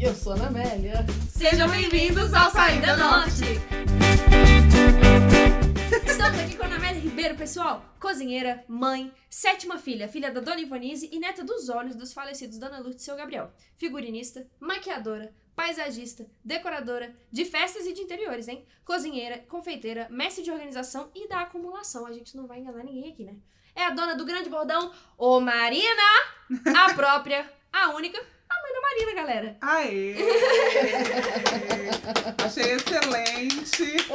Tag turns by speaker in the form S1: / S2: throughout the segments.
S1: É
S2: sou Ana Amélia.
S3: Sejam bem-vindos ao Saída Norte.
S1: Estamos aqui com a Anamélia Ribeiro, pessoal. Cozinheira, mãe, sétima filha, filha da Dona Ivonise e neta dos olhos dos falecidos Dona Lourdes e seu Gabriel. Figurinista, maquiadora, paisagista, decoradora, de festas e de interiores, hein? Cozinheira, confeiteira, mestre de organização e da acumulação. A gente não vai enganar ninguém aqui, né? É a dona do grande bordão, ô Marina, a própria, a única, a mãe da Marina, galera.
S3: Aê! Achei excelente.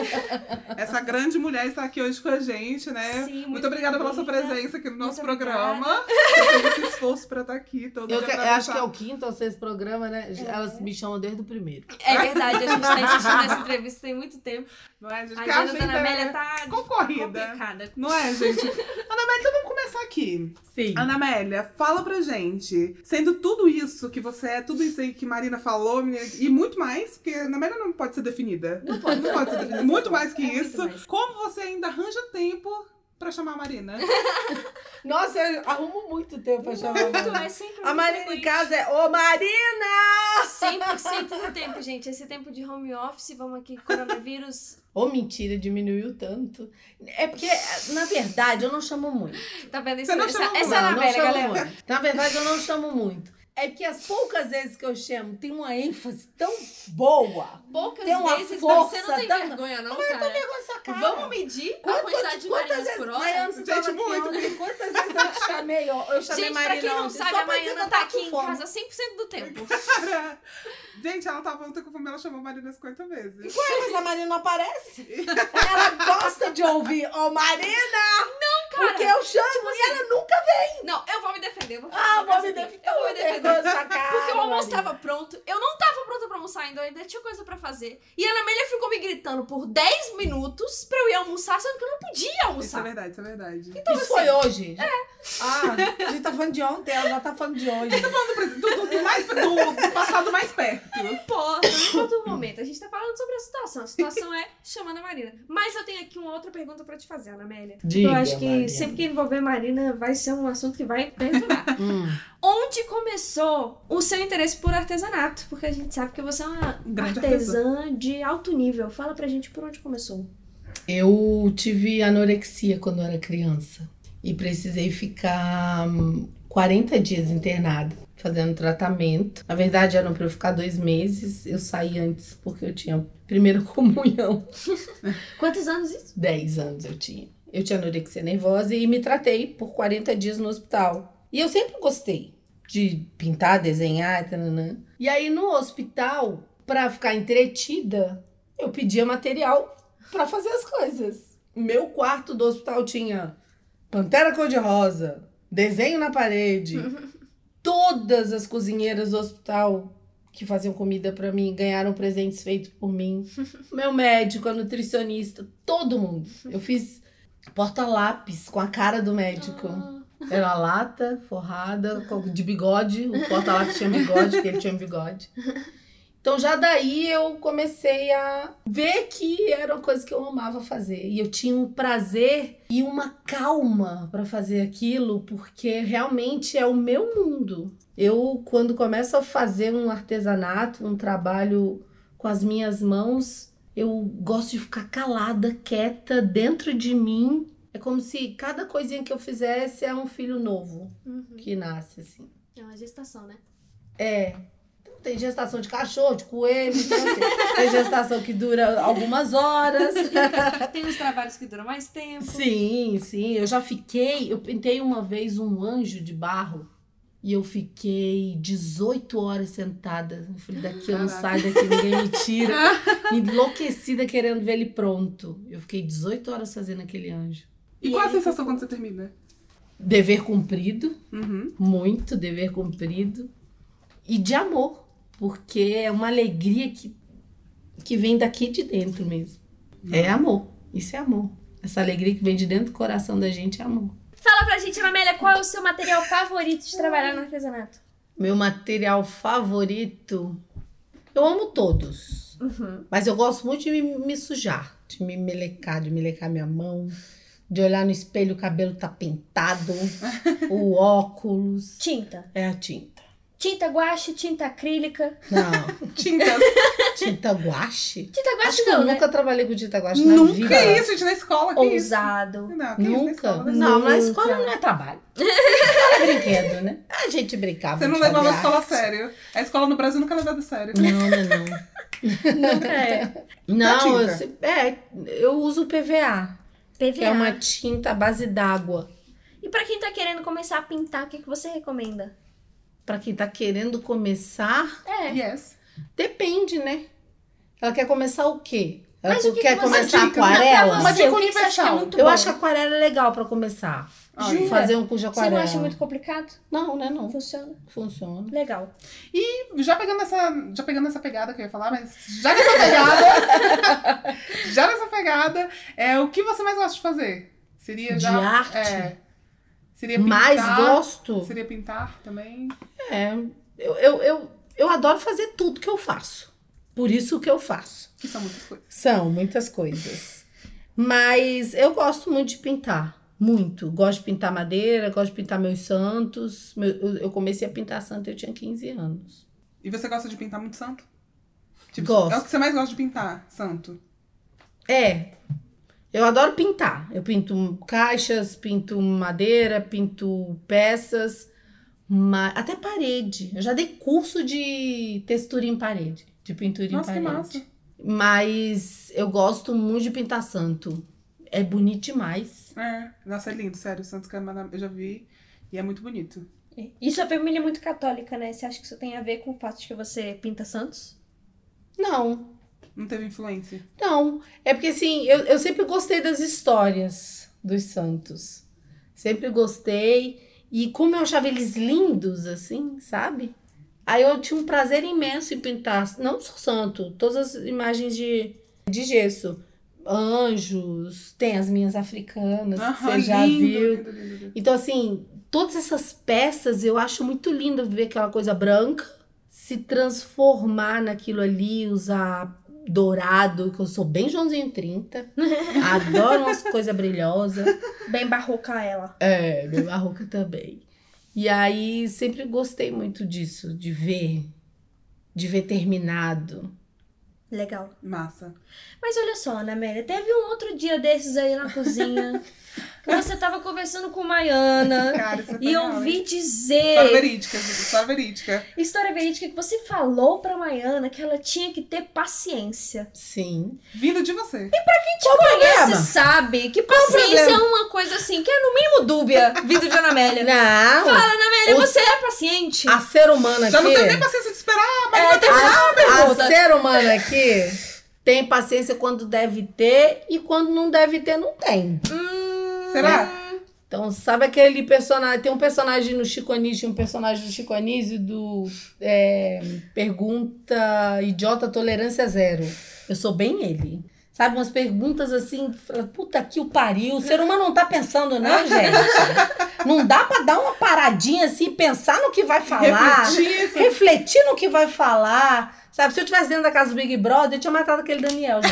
S3: Essa grande mulher está aqui hoje com a gente, né?
S1: Sim,
S3: muito,
S1: muito
S3: obrigada pela sua
S1: obrigada.
S3: presença aqui no nosso
S1: Muito
S3: programa. Você fez esse esforço para estar aqui todo
S2: Eu,
S3: dia
S2: que-
S3: pra
S2: eu acho que é
S3: deixar-
S2: o quinto ou sexto programa, né? Elas me chamam desde o primeiro.
S1: É verdade, a gente tá insistindo nessa entrevista tem muito tempo.
S3: Não é, gente?
S1: A
S3: Porque
S1: agenda da Ana Amélia
S3: é
S2: né?
S1: tá
S3: concorrida.
S1: complicada.
S3: Não é, gente? Ana Amélia, então vamos começar aqui.
S2: Sim.
S3: Ana Amélia, fala pra gente, sendo tudo isso que você é, tudo isso aí que Marina falou, menina, e muito mais, porque Ana Amélia não pode ser definida. Não pode, não pode ser definida. Muito mais que
S1: É muito
S3: isso.
S1: mais.
S3: Como você ainda arranja tempo pra chamar a Marina?
S2: Nossa, eu arrumo muito tempo pra chamar a
S1: Tu
S2: Marina.
S1: é sempre
S2: A
S1: muito
S2: Marina em
S1: feliz.
S2: casa é Ô Marina!
S1: 100% do tempo, gente. Esse tempo de home office, vamos aqui, coronavírus.
S2: Ô, mentira, diminuiu tanto. É porque, na verdade, eu não chamo muito.
S1: Tá vendo isso?
S3: Você não
S1: essa
S3: chamou
S1: essa é
S2: Não, um
S1: a
S2: não
S1: Anabelle,
S2: chamo
S1: galera.
S2: muito. Na verdade, eu não chamo muito. É porque as poucas vezes que eu chamo tem uma ênfase tão boa.
S1: Poucas
S2: Tem uma
S1: vezes
S2: força,
S1: você não tem
S2: tá-
S1: vergonha, não, cara.
S2: Pegou essa
S1: Vamos medir a quantidade de
S2: quantas
S1: Marinas por
S2: vezes
S1: hora?
S2: Maiana você tava
S3: Gente,
S2: aqui
S3: muito.
S2: ontem? Quantas vezes eu te chamei? ó? Eu chamei
S1: Gente, pra
S2: Marina
S1: quem não
S2: ontem,
S1: sabe,
S2: só
S1: a
S2: pra dizer que
S1: Mariana
S2: eu
S1: tá
S2: tava
S1: aqui
S2: com
S1: em
S2: fome.
S1: casa 100% do tempo.
S3: Cara, gente, ela tava ontem com fome, ela chamou a Marina 50 vezes.
S2: Ué, mas a Marina não aparece. Ela gosta de ouvir. Ô, Marina! Não,
S1: cara.
S2: Porque eu chamo e ela nunca
S1: Não, eu vou me defender. eu Vou falar
S2: Ah,
S1: uma
S2: vou
S1: coisa
S2: me
S1: aqui.
S2: defender.
S1: Eu vou me defender. Porque o almoço tá
S2: Marina.
S1: tava pronto, eu não tava pronta pra almoçar ainda, eu ainda tinha coisa pra fazer. E a Ana Amélia ficou me gritando por 10 minutos pra eu ir almoçar, sendo que eu não podia
S3: Isso é
S1: almoçar.
S3: verdade, isso é verdade.
S2: Isso foi
S1: assim.
S2: hoje. É. Ah, a gente tá falando de ontem, ela já tá falando de hoje.
S3: Do, do- do mais, do passado mais perto.
S1: Não importa, não importa o momento. A gente tá falando sobre a situação. A situação é chamando a Marina. Mas eu tenho aqui uma outra pergunta pra te fazer, Ana Amélia.
S2: Diga,
S1: eu acho que
S2: Marina.
S1: sempre que envolver Marina vai ser um assunto que vai perdurar.
S2: Hum.
S1: Onde começou o seu interesse por artesanato? Porque a gente sabe que você é uma
S3: Grande
S1: artesã de alto nível. Fala pra gente por onde começou.
S2: Eu tive anorexia quando eu era criança e precisei ficar hum, 40 dias internada fazendo tratamento. Na verdade, eram pra eu ficar dois meses. Eu saí antes porque eu tinha primeira comunhão.
S1: Quantos anos isso?
S2: 10 anos eu tinha. Eu tinha anorexia nervosa e me tratei por 40 dias no hospital. E eu sempre gostei de pintar, desenhar, tananã. E aí no hospital, pra ficar entretida, eu pedia material pra fazer as coisas. Meu quarto do hospital tinha pantera cor-de-rosa, desenho na parede. Todas as cozinheiras do hospital que faziam comida pra mim ganharam presentes feitos por mim meu médico, a nutricionista, todo mundo. Eu fiz porta-lápis com a cara do médico.
S1: Ah,
S2: Era a lata forrada, com- de bigode. O porta-lápis tinha bigode, porque ele tinha um bigode. Então já daí eu comecei a ver que era uma coisa que eu amava fazer. E eu tinha um prazer e uma calma pra fazer aquilo, porque realmente é o meu mundo. Eu, quando começo a fazer um artesanato, um trabalho com as minhas mãos, eu gosto de ficar calada, quieta, dentro de mim. É como se cada coisinha que eu fizesse é um filho novo
S1: Uhum.
S2: que nasce, assim.
S1: É uma gestação, né?
S2: É. Então, tem gestação de cachorro, de coelho, então, assim, tem gestação que dura algumas horas.
S1: Tem uns trabalhos que duram mais tempo.
S2: Sim, sim. Eu já fiquei. Eu pintei uma vez um anjo de barro e eu fiquei 18 horas sentada. Eu falei, daqui eu não
S3: Caraca.
S2: saio, daqui ninguém me tira. Enlouquecida querendo ver ele pronto. Eu fiquei 18 horas fazendo aquele anjo.
S3: E,
S1: E
S3: qual a
S1: ele
S3: sensação quando você termina?
S2: Dever cumprido,
S3: Uhum.
S2: muito dever cumprido. E de amor, porque é uma alegria que, que vem daqui de dentro mesmo. É amor. Isso é amor. Essa alegria que vem de dentro do coração da gente é amor.
S1: Fala pra gente, Amélia, qual é o seu material favorito de trabalhar no artesanato?
S2: Meu material favorito. Eu amo todos.
S1: Uhum.
S2: Mas eu gosto muito de me, me sujar, de me melecar, de melecar minha mão, de olhar no espelho, o cabelo tá pintado, o óculos.
S1: Tinta.
S2: É a tinta.
S1: Tinta guache, tinta acrílica.
S2: Não.
S3: Tintas.
S2: Tinta guache?
S1: Tinta guache
S2: Acho que eu
S1: não, né?
S2: nunca trabalhei com tinta guache na
S3: Nunca
S2: vida.
S3: é isso, gente, na escola. Que
S1: Ousado.
S3: isso? Não, que isso, na
S2: Nunca.
S3: escola. na
S2: Não,
S3: escola.
S2: na escola não é trabalho. Escola é brinquedo, né? A gente brincava.
S3: Você não
S2: de
S3: levava a
S2: fazer
S3: escola a
S2: arte.
S3: sério. A escola no Brasil nunca é levada a sério.
S2: Não, não, não.
S1: Nunca é.
S2: Não, eu,
S3: tinta?
S2: se- é, eu uso PVA, que
S1: PVA.
S2: é uma tinta à base d'água.
S1: E pra quem tá querendo começar a pintar, o que, que você recomenda?
S2: Pra quem tá querendo começar,
S1: É.
S3: Yes.
S2: depende, né? Ela quer começar o quê? Ela
S1: Mas o que
S2: quer
S1: que você
S2: começar
S3: indica?
S2: aquarela?
S3: Uma
S1: Mas
S3: dica
S1: o que que você acha que é
S3: universal.
S1: muito
S2: eu
S1: bom?
S2: acho que aquarela é legal pra começar.
S3: Olha.
S1: Jura?
S2: Fazer um curso de
S1: Você não
S2: aquarela.
S1: acha muito complicado?
S2: Não, né,
S1: Não
S2: não.
S1: funciona.
S2: Funciona.
S1: Legal.
S3: Já pegando essa, já pegando essa pegada que eu ia falar, mas já nessa pegada, já nessa pegada, é o que você mais gosta de fazer? Seria
S2: De
S3: já
S2: arte?
S3: É, seria pintar,
S2: Mas gosto.
S3: Seria pintar também.
S2: É, eu, eu, eu, eu adoro fazer tudo que eu faço. Por isso que eu faço.
S3: Que são muitas coisas.
S2: São muitas coisas. Mas eu gosto muito de pintar. Muito. Gosto de pintar madeira, gosto de pintar meus santos. Meu- eu- eu comecei a pintar santo, eu tinha 15 anos.
S3: E você gosta de pintar muito santo?
S2: Gosto.
S3: É o que você mais gosta de pintar, santo.
S2: É. Eu adoro pintar. Eu pinto caixas, pinto madeira, pinto peças, ma- até parede. Eu já dei curso de textura em parede, de pintura
S3: Nossa,
S2: em
S3: que
S2: parede.
S3: massa.
S2: Mas eu gosto muito de pintar santo. É bonito demais.
S3: É. Nossa, é lindo, sério. Santo Camará, eu já vi e é muito bonito.
S1: Isso é família muito católica, né? Você acha que isso tem a ver com o fato de que você pinta santos?
S2: Não,
S3: Não teve influência.
S2: Não, é porque assim, eu, eu sempre gostei das histórias dos santos. Sempre gostei. E como eu achava eles lindos, assim, sabe? Aí eu tinha um prazer imenso em pintar, não só santo, todas as imagens de, de gesso. Anjos, tem as minhas africanas, que
S3: Aham,
S2: você já
S3: lindo,
S2: viu.
S3: lindo, lindo, lindo.
S2: Então, assim, todas essas peças eu acho muito lindo ver aquela coisa branca se transformar naquilo ali, usar dourado, que eu sou bem Joãozinho 30. Adoro umas coisas brilhosas.
S1: Bem barroca ela.
S2: É, meu barroca também. E aí sempre gostei muito disso, de ver, de ver terminado.
S1: Legal.
S3: Massa.
S1: Mas olha só, Ana Amélia, teve um outro dia desses aí na cozinha que você tava conversando com Maiana
S3: Cara, isso é
S1: e eu
S3: legal, hein?
S1: ouvi
S3: História
S1: dizer,
S3: verídica, gente, história verídica.
S1: história verídica, que você falou pra Maiana que ela tinha que ter paciência.
S2: Sim.
S3: Vindo de você.
S1: Quem te conhece
S2: problema?
S1: sabe que paciência é
S2: problema?
S1: uma coisa assim, que é no mínimo dúbia, vindo de Ana Amélia.
S2: Não,
S1: Amélia,
S2: O-
S1: você é paciente?
S2: a ser humana
S3: Já
S2: aqui.
S3: não tem nem paciência de esperar.
S1: é, tem uma
S2: A
S1: pergunta.
S2: Ah, ser humano aqui tem paciência quando deve ter e quando não deve ter, não tem.
S3: Será?
S2: Então, sabe aquele personagem? Tem um personagem no Chico Anísio, um personagem do Chico Anísio do é, Pergunta Idiota Tolerância Zero. Eu sou bem ele. Sabe, umas perguntas assim, fala, puta que o pariu. O ser humano não tá pensando, não, gente. Não dá pra dar uma paradinha assim, pensar no que vai falar
S3: Refletir.
S2: refletir no que vai falar. Sabe, se eu tivesse dentro da casa do Big Brother, eu tinha matado aquele Daniel já.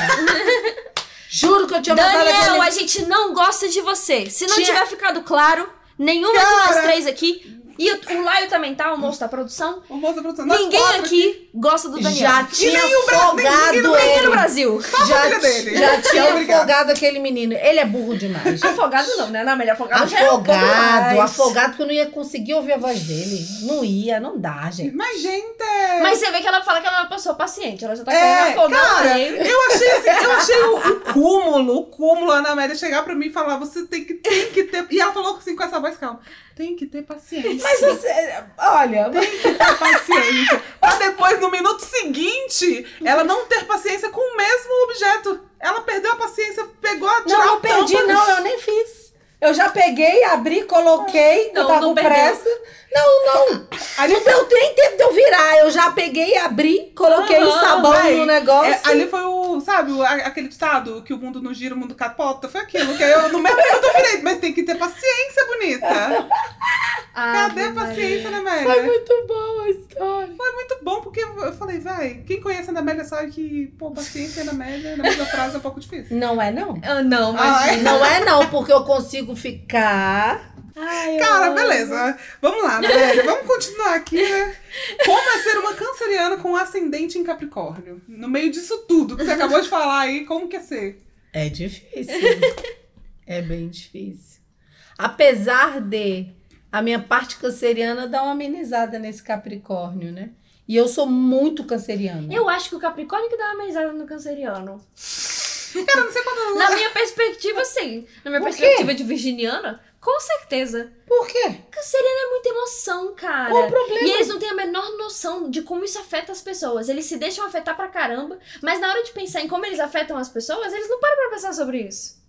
S2: Juro que eu tinha matado
S1: Daniel, é
S2: aquele.
S1: a gente não gosta de você. Se não
S2: Tinha-
S1: tiver ficado claro, nenhuma de nós três aqui. E o, o Laio também tá, o moço da produção.
S3: O moço da produção. Nós
S1: ninguém
S3: quatro
S1: aqui gosta do Daniel.
S2: Já tinha afogado
S1: Ninguém é no
S2: ele.
S1: Brasil.
S3: família dele.
S2: Já, já tinha
S3: Obrigada.
S2: afogado aquele menino. Ele é burro demais.
S1: Afogado não, né? Na melhor afogado já é um pouco
S2: Afogado,
S1: mais.
S2: afogado, que eu não ia conseguir ouvir a voz dele. Não ia, não dá, gente.
S3: Mas, gente,
S1: Mas você vê que ela fala que ela é uma pessoa paciente. Ela já tá
S3: É,
S1: querendo afogar
S3: cara,
S1: alguém.
S3: eu achei assim, eu achei o, o cúmulo, o cúmulo, a Ana Amélia chegar pra mim e falar, você tem que, tem que ter, e ela falou assim com essa voz calma, tem que ter paciência,
S2: Mas você, olha,
S3: ter paciência, pra depois, no minuto seguinte, ela não ter paciência com o mesmo objeto, ela perdeu a paciência, pegou a tirar
S2: não, não
S3: a
S2: perdi,
S3: tampa.
S2: não, eu nem fiz. Eu já peguei, abri, coloquei,
S1: Não,
S2: eu tava
S1: não
S2: com
S1: perdeu.
S2: pressa. Não, não,
S3: Ali
S2: Não deu nem tempo de eu virar. Eu já peguei, abri, coloquei
S1: Aham,
S2: sabão
S3: vai.
S2: no negócio.
S3: É, ali foi o, sabe, o- a- aquele ditado que o mundo não gira, o mundo capota. Foi aquilo que eu, no mesmo minuto eu virei, mas tem que ter paciência, bonita. Cadê a paciência, Ana
S2: Ah, Foi
S3: Amélia?
S2: muito boa a história.
S3: Muito bom, porque eu falei, vai, quem conhece a Ana Amélia sabe que, pô, paciência, Ana Amélia, na mesma frase é um pouco difícil.
S2: Não é, não?
S1: Ah, não,
S3: Ah,
S1: mas.
S3: é?
S2: Não é, não, porque eu consigo ficar
S1: Ai, eu
S3: Cara,
S1: amo.
S3: beleza. Vamos lá, Naléria. Vamos continuar aqui, né? Como é ser uma canceriana com ascendente em Capricórnio? No meio disso tudo que você acabou de falar aí, como que é ser?
S2: É difícil. é bem difícil. Apesar de a minha parte canceriana dar uma amenizada nesse Capricórnio, né? E eu sou muito canceriana.
S1: Eu acho que o Capricórnio que dá uma amenizada no canceriano.
S3: Cara, não sei quando.
S1: Na minha perspectiva, sim. Na minha
S2: Por quê?
S1: perspectiva de virginiana, com certeza.
S2: Por quê?
S1: Canceriano é muita emoção, cara.
S2: Qual o problema?
S1: E eles não têm a menor noção de como isso afeta as pessoas. Eles se deixam afetar pra caramba, mas na hora de pensar em como eles afetam as pessoas, eles não param pra pensar sobre isso.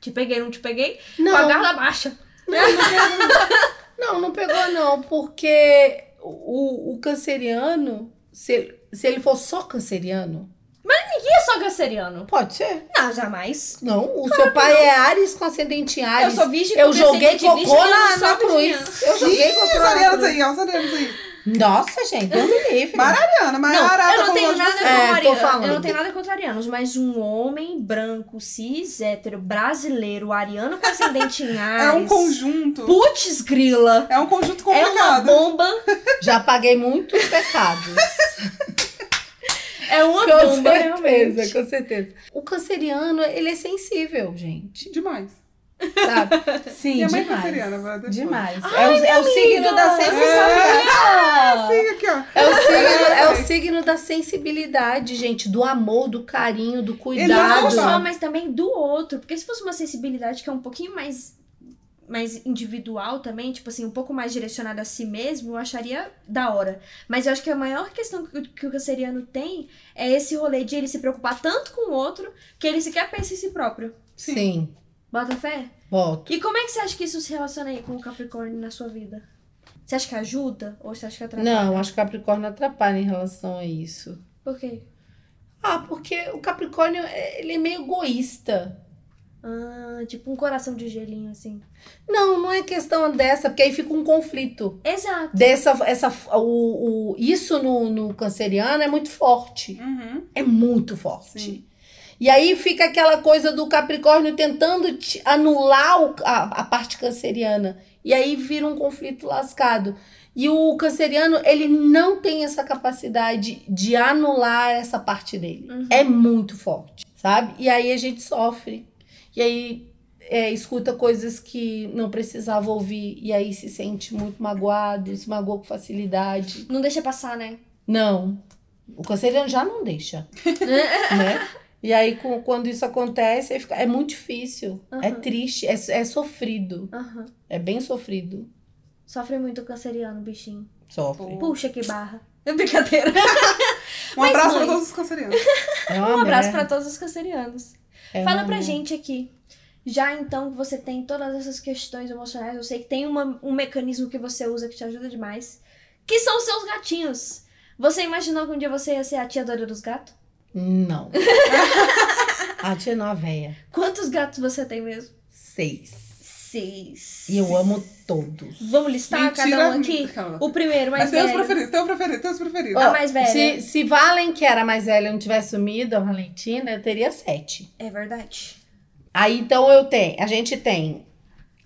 S1: Te peguei, não te peguei? Com a
S2: Não,
S1: guarda baixa.
S2: Não, não pegou, não. Não, não pegou, não, porque o, o canceriano, se, ele- se ele for só canceriano,
S1: E é só canceriano?
S2: pode ser.
S1: Não, jamais.
S2: Não, o seu pai é Ares com ascendente em
S1: Eu
S2: Ares.
S1: sou virgem
S2: Eu
S1: com
S2: joguei
S1: descendente de virgem,
S2: cocô
S1: eu não
S2: na,
S1: sou
S2: na
S1: virginiana.
S2: cruz. Eu joguei
S3: Ih,
S2: cocô
S3: os
S2: na
S3: arianos
S2: cruz.
S3: aí, ó, os arianos aí.
S2: Nossa, gente, Deus me livre.
S3: Mariana, Mariana.
S1: Não, eu não
S3: falou
S1: tenho
S3: de
S1: nada
S3: você.
S2: É, tô
S1: contra arianos. Eu
S2: falando.
S1: não tenho nada contra arianos, mas um homem branco, cis, hétero, brasileiro, ariano com ascendente em Ares.
S3: É um conjunto.
S1: Putz, grila.
S3: É um conjunto
S1: É uma
S3: complicado.
S1: bomba.
S2: Já paguei muitos pecados.
S1: É uma
S2: com
S1: bomba, realmente.
S2: certeza, com certeza. O canceriano, ele é sensível, gente.
S3: Demais.
S2: Sabe? Sim,
S3: Minha mãe é
S2: demais.
S3: canceriana, vai depois.
S2: Demais. é o, é o signo
S1: amiga!
S2: da sensibilidade.
S3: É,
S2: É.
S3: sim, aqui, ó.
S2: o signo, é o
S3: Também.
S2: signo da sensibilidade, gente. Do amor, do carinho, do
S3: Exato.
S2: cuidado.
S1: É, Não só, mas também do outro. Porque se fosse uma sensibilidade que é um pouquinho mais, mais individual também, tipo assim, um pouco mais direcionada a si mesmo, eu acharia da hora. Mas eu acho que a maior questão que, o- que o canceriano tem é esse rolê de ele se preocupar tanto com o outro que ele sequer pensa em si próprio.
S2: Sim.
S1: Bota fé?
S2: boto.
S1: E como é que você acha que isso se relaciona aí com o Capricórnio na sua vida? Você acha que ajuda ou você acha que atrapalha?
S2: Não, acho que Capricórnio atrapalha em relação a isso.
S1: Por quê?
S2: Ah, porque o Capricórnio, é- ele é meio egoísta.
S1: Ah, tipo um coração de gelinho, assim.
S2: Não, não é questão dessa, porque aí fica um conflito.
S1: Exato.
S2: Dessa, essa, o, o- isso no, no canceriano é muito forte.
S3: Uhum.
S2: É muito forte.
S3: Sim.
S2: E aí fica aquela coisa do Capricórnio tentando te anular o- a, a parte canceriana. E aí vira um conflito lascado. E o canceriano, ele não tem essa capacidade de anular essa parte dele.
S1: Uhum.
S2: É muito forte, sabe? E aí a gente sofre. E aí é, escuta coisas que não precisava ouvir. E aí se sente muito magoado, se magoou com facilidade.
S1: Não deixa passar, né?
S2: Não. O canceriano já não deixa. né? E aí, com- quando isso acontece, aí fica- é muito difícil. É
S1: Aham.
S2: triste, é, é sofrido.
S1: Aham.
S2: É bem sofrido.
S1: Sofre muito o canceriano, bichinho.
S2: Sofre.
S1: Puxa que barra. É brincadeira.
S3: Um
S1: Mas,
S3: abraço
S1: mãe.
S3: pra todos os cancerianos.
S2: É
S1: Um abraço
S2: merda.
S1: pra todos os cancerianos.
S2: É
S1: Fala
S2: uma
S1: pra
S2: merda.
S1: gente aqui. Já então que você tem todas essas questões emocionais, eu sei que tem uma- um mecanismo que você usa que te ajuda demais, que são os seus gatinhos. Você imaginou que um dia você ia ser a tia Dora dos gatos?
S2: Não. a tia não, a véia.
S1: Quantos gatos você tem mesmo?
S2: Seis.
S1: Seis.
S2: E eu amo todos.
S1: Vamos listar
S3: Mentira,
S1: cada um aqui?
S3: calma.
S1: O primeiro, mais
S3: Mas tem os
S1: velho.
S3: preferidos, tem os preferidos, tem os preferidos.
S1: A mais velha.
S2: Se, se Valen, que era mais velha, não tivesse sumido, a Valentina, eu teria sete.
S1: É verdade.
S2: Aí, então, eu tenho... A gente tem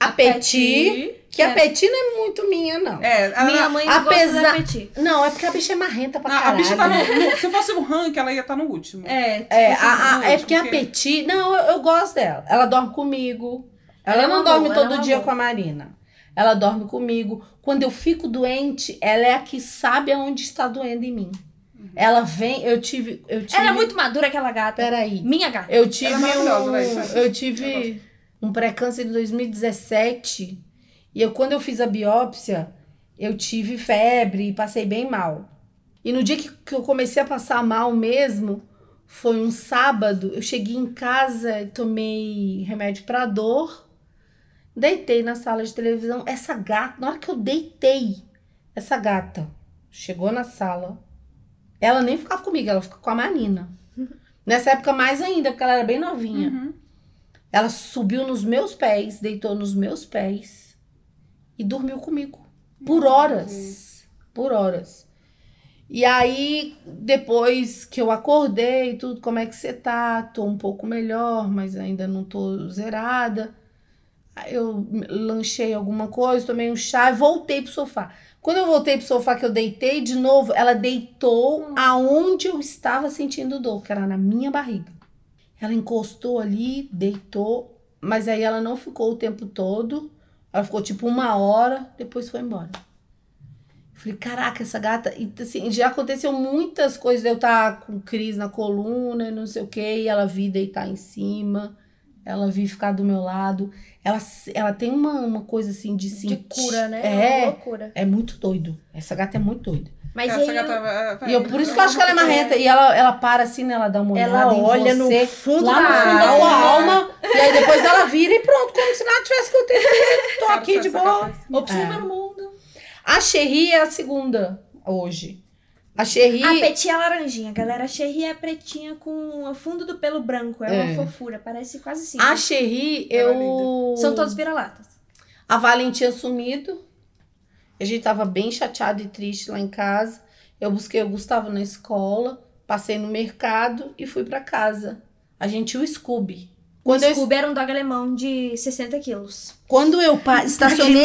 S2: a Petit, que a
S1: é-
S2: Petit não é muito minha, não.
S3: É, a,
S1: Minha
S3: a-
S1: mãe gosta da
S2: Apesar-
S1: Petit.
S2: Não, é porque a bicha é marrenta pra
S1: Ah,
S3: a,
S2: caralho.
S3: bicha tá no, no- Se fosse o rank, ela ia estar no último.
S1: É, tipo
S2: É,
S1: assim,
S2: a- a- é
S3: gente,
S2: porque a
S3: porque-
S2: Petit. Não, eu, eu gosto dela. Ela dorme comigo. Ela,
S1: Ela é
S2: não
S1: uma
S2: dorme
S1: boa, ela
S2: todo
S1: é uma
S2: dia
S1: boa.
S2: com a Marina. Ela dorme comigo. Quando eu fico doente, ela é a que sabe aonde está doendo em mim. Ela vem, eu tive. Eu tive
S1: Uhum. Ela é muito madura, aquela gata.
S2: Peraí.
S1: Minha gata.
S2: Eu tive
S3: Ela é maravilhosa,
S2: um,
S3: vai, vai.
S2: eu tive um pré-câncer em 2017 e eu, quando eu fiz a biópsia, eu tive febre e passei bem mal. E no dia que, que eu comecei a passar mal mesmo, foi um sábado, eu cheguei em casa, e tomei remédio pra dor, deitei na sala de televisão, essa gata, na hora que eu deitei, essa gata chegou na sala, ela nem ficava comigo, ela ficava com a Marina. Nessa época mais ainda, porque ela era bem novinha.
S3: Uhum.
S2: Ela subiu nos meus pés, deitou nos meus pés e dormiu comigo. Por
S3: Meu
S2: horas. Por horas. E aí, depois que eu acordei, e tudo, como é que você tá? Tô um pouco melhor, mas ainda não tô zerada. Aí Eu lanchei alguma coisa, tomei um chá e voltei pro sofá. Quando eu voltei pro sofá, que eu deitei de novo, ela deitou aonde eu estava sentindo dor, que era na minha barriga. Ela encostou ali, deitou, mas aí ela não ficou o tempo todo. Ela ficou tipo uma hora, depois foi embora. Eu Falei, caraca, essa gata. E assim, já aconteceu muitas coisas. de Eu tá com crise na coluna e não sei o que, e ela vi deitar em cima, ela vi ficar do meu lado. Ela, ela tem uma, uma coisa assim de
S1: De
S2: sentir.
S1: cura, né?
S2: É.
S1: uma loucura.
S2: É muito doido. Essa gata é muito doida.
S1: Mas
S3: Essa
S1: aí
S3: gata,
S1: eu-
S3: ah, vai,
S2: E eu, por isso que eu acho que ela é marreta. E ela, ela para assim, né? Ela dá uma olhada
S1: ela
S2: em
S1: olha
S2: você,
S1: no fundo
S2: lá
S1: da
S2: no fundo da
S1: alma.
S2: tua alma. E aí depois ela vira e pronto, como se nada tivesse acontecido. Tô
S3: Cara,
S2: aqui
S3: essa
S2: de
S3: gata
S2: boa.
S3: assim.
S1: Observa
S2: É.
S1: o mundo.
S2: A Xerri é a segunda hoje. A Xerri.
S1: A petinha é laranjinha, galera. A Cherry é pretinha com o fundo do pelo branco. É,
S2: É.
S1: uma fofura. Parece quase assim. Tipo,
S2: A Xerri,
S3: Ela é
S2: eu.
S1: São todos vira-latas.
S2: A Valentinha sumido. A gente tava bem chateado e triste lá em casa. Eu busquei o Gustavo na escola, passei no mercado e fui pra casa. A gente e o Scooby. Quando eu,
S1: Scooby era um dog alemão de 60 quilos.
S2: quando eu pa- estacionei,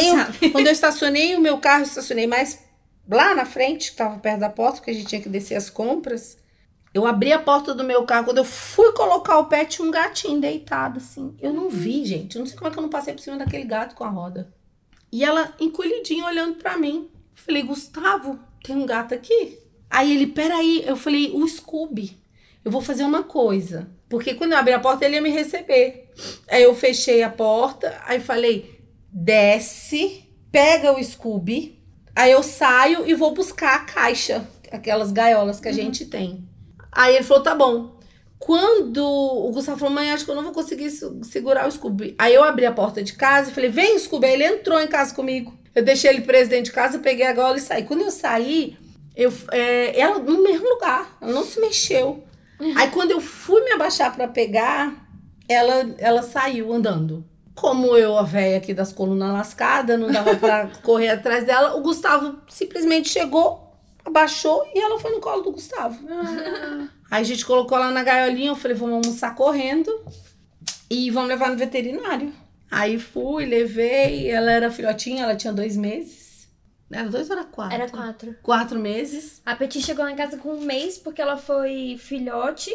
S1: Pra quem
S2: o-
S1: não sabe.
S2: quando eu estacionei o meu carro, estacionei mais lá na frente, que tava perto da porta, porque a gente tinha que descer as compras. Eu abri a porta do meu carro, quando eu fui colocar o pé, tinha um gatinho deitado, assim. Eu não vi, gente. Eu não sei como é que eu não passei por cima daquele gato com a roda. E ela encolhidinha olhando pra mim. Falei, Gustavo, tem um gato aqui? Aí ele, peraí. Eu falei, o Scooby. Eu vou fazer uma coisa. Porque quando eu abri a porta, ele ia me receber. Aí eu fechei a porta, aí falei, desce, pega o Scooby. Aí eu saio e vou buscar a caixa, aquelas gaiolas que a gente tem. Aí ele falou, tá bom. Quando o Gustavo falou, mãe, acho que eu não vou conseguir se- segurar o Scooby. Aí eu abri a porta de casa e falei, vem Scooby. Aí ele entrou em casa comigo. Eu deixei ele preso dentro de casa, eu peguei a gaiola e saí. Quando eu saí, eu, é, ela no mesmo lugar, ela não se mexeu. Aí quando eu fui me abaixar pra pegar, ela, ela saiu andando. Como eu, a véia aqui das colunas lascadas, não dava pra correr atrás dela, o Gustavo simplesmente chegou, abaixou e ela foi no colo do Gustavo.
S3: Ah,
S2: Aí a gente colocou ela na gaiolinha, eu falei, vamos almoçar correndo e vamos levar no veterinário. Aí fui, levei, ela era filhotinha, ela tinha dois meses. Era dois ou era quatro?
S1: Era quatro.
S2: Quatro meses.
S1: A Petit chegou lá em casa com um mês porque ela foi filhote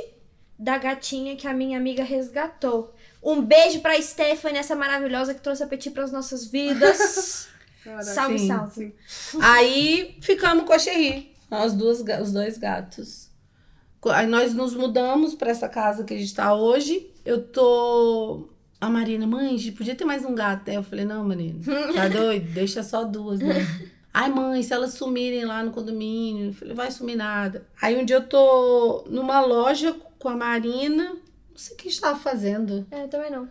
S1: da gatinha que a minha amiga resgatou. Um beijo pra Stephanie, essa maravilhosa que trouxe a Petit pras nossas vidas.
S3: Cara,
S1: salve,
S2: sim,
S1: salve.
S3: sim.
S2: Aí ficamos com a Xerri, nós duas, ga- os dois gatos. Co- Aí nós nos mudamos pra essa casa que a gente tá hoje. Eu tô. A Marina, mãe, a gente podia ter mais um gato. Aí eu falei, não, Marina, tá doido? Deixa só duas, né? Ai, mãe, se elas sumirem lá no condomínio, eu falei, vai sumir nada. Aí um dia eu tô numa loja com a Marina, não sei o que a gente tava fazendo
S1: É, eu também não.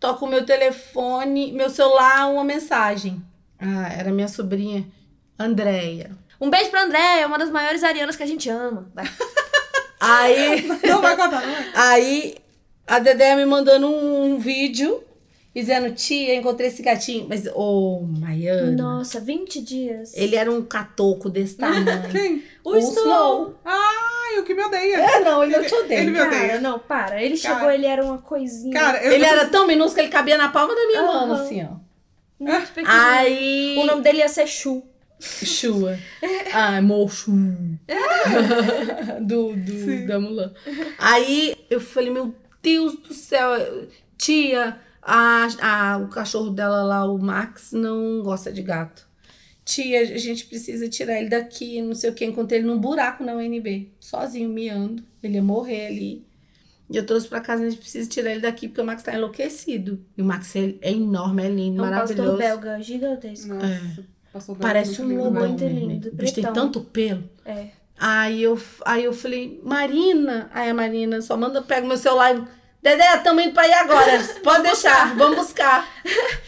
S2: toca o meu telefone, meu celular, uma mensagem. Ah, era minha sobrinha, Andréia.
S1: Um beijo pra Andréia, uma das maiores arianas que a gente ama. Vai.
S2: Aí,
S3: Não vai contar, não vai.
S2: aí a Dedé me mandando um, um vídeo dizendo: Tia, encontrei esse gatinho. Mas, ô, Maiana,
S1: Hum. Nossa, 20 dias.
S2: ele era um catoco desse tamanho.
S3: Quem?
S1: O Snow.
S3: Ai, o que me odeia.
S2: É, não, ele não te odeia.
S3: Ele me
S1: Cara,
S3: odeia.
S1: não, para. Ele
S3: Cara.
S1: chegou, ele era uma coisinha.
S3: Cara, eu
S2: Ele
S3: não-
S2: era tão minúsculo que ele cabia na palma da minha mão,
S1: Aham.
S2: assim, ó.
S1: muito pequenininho.
S2: Aí.
S1: O nome dele ia ser Chu.
S2: Shua. Ah, mocho. do, do,
S3: Sim.
S2: da Mulan. Aí eu falei, meu Deus do céu, tia, a, a, o cachorro dela lá, o Max, não gosta de gato. Tia, a gente precisa tirar ele daqui, não sei o que. Encontrei ele num buraco na UNB, sozinho, miando. Ele ia morrer ali. E eu trouxe pra casa, a gente precisa tirar ele daqui, porque o Max tá enlouquecido. E o Max é, é enorme, é
S1: É
S2: lindo,
S1: um pastor
S2: maravilhoso.
S1: belga gigantesco.
S3: Nossa, passou bem, muito
S2: Parece um
S3: lindo,
S2: lobo
S3: né?
S1: Muito
S2: né?
S1: lindo,
S2: Mas tem
S1: pretão.
S2: tanto pelo.
S1: É.
S2: Aí eu, aí eu falei, Marina. Aí a Marina só manda, pega o meu celular e. Dedé, tamo indo pra ir agora. Pode deixar, vamos buscar.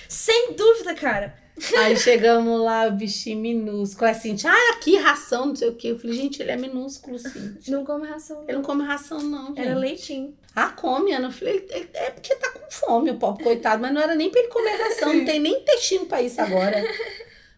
S1: Sem dúvida, cara.
S2: Aí chegamos lá, o bichinho minúsculo. Aí Cintia, ah, aqui, ração, não sei o quê. Eu falei, gente, ele é minúsculo, sim.
S1: Não come ração.
S2: Ele não come ração, não, gente.
S1: Era leitinho.
S2: Ah, come, Ana. Eu falei, ele- ele- é porque tá com fome, o pobre coitado. Mas não era nem pra ele comer ração, não tem nem intestino pra isso agora.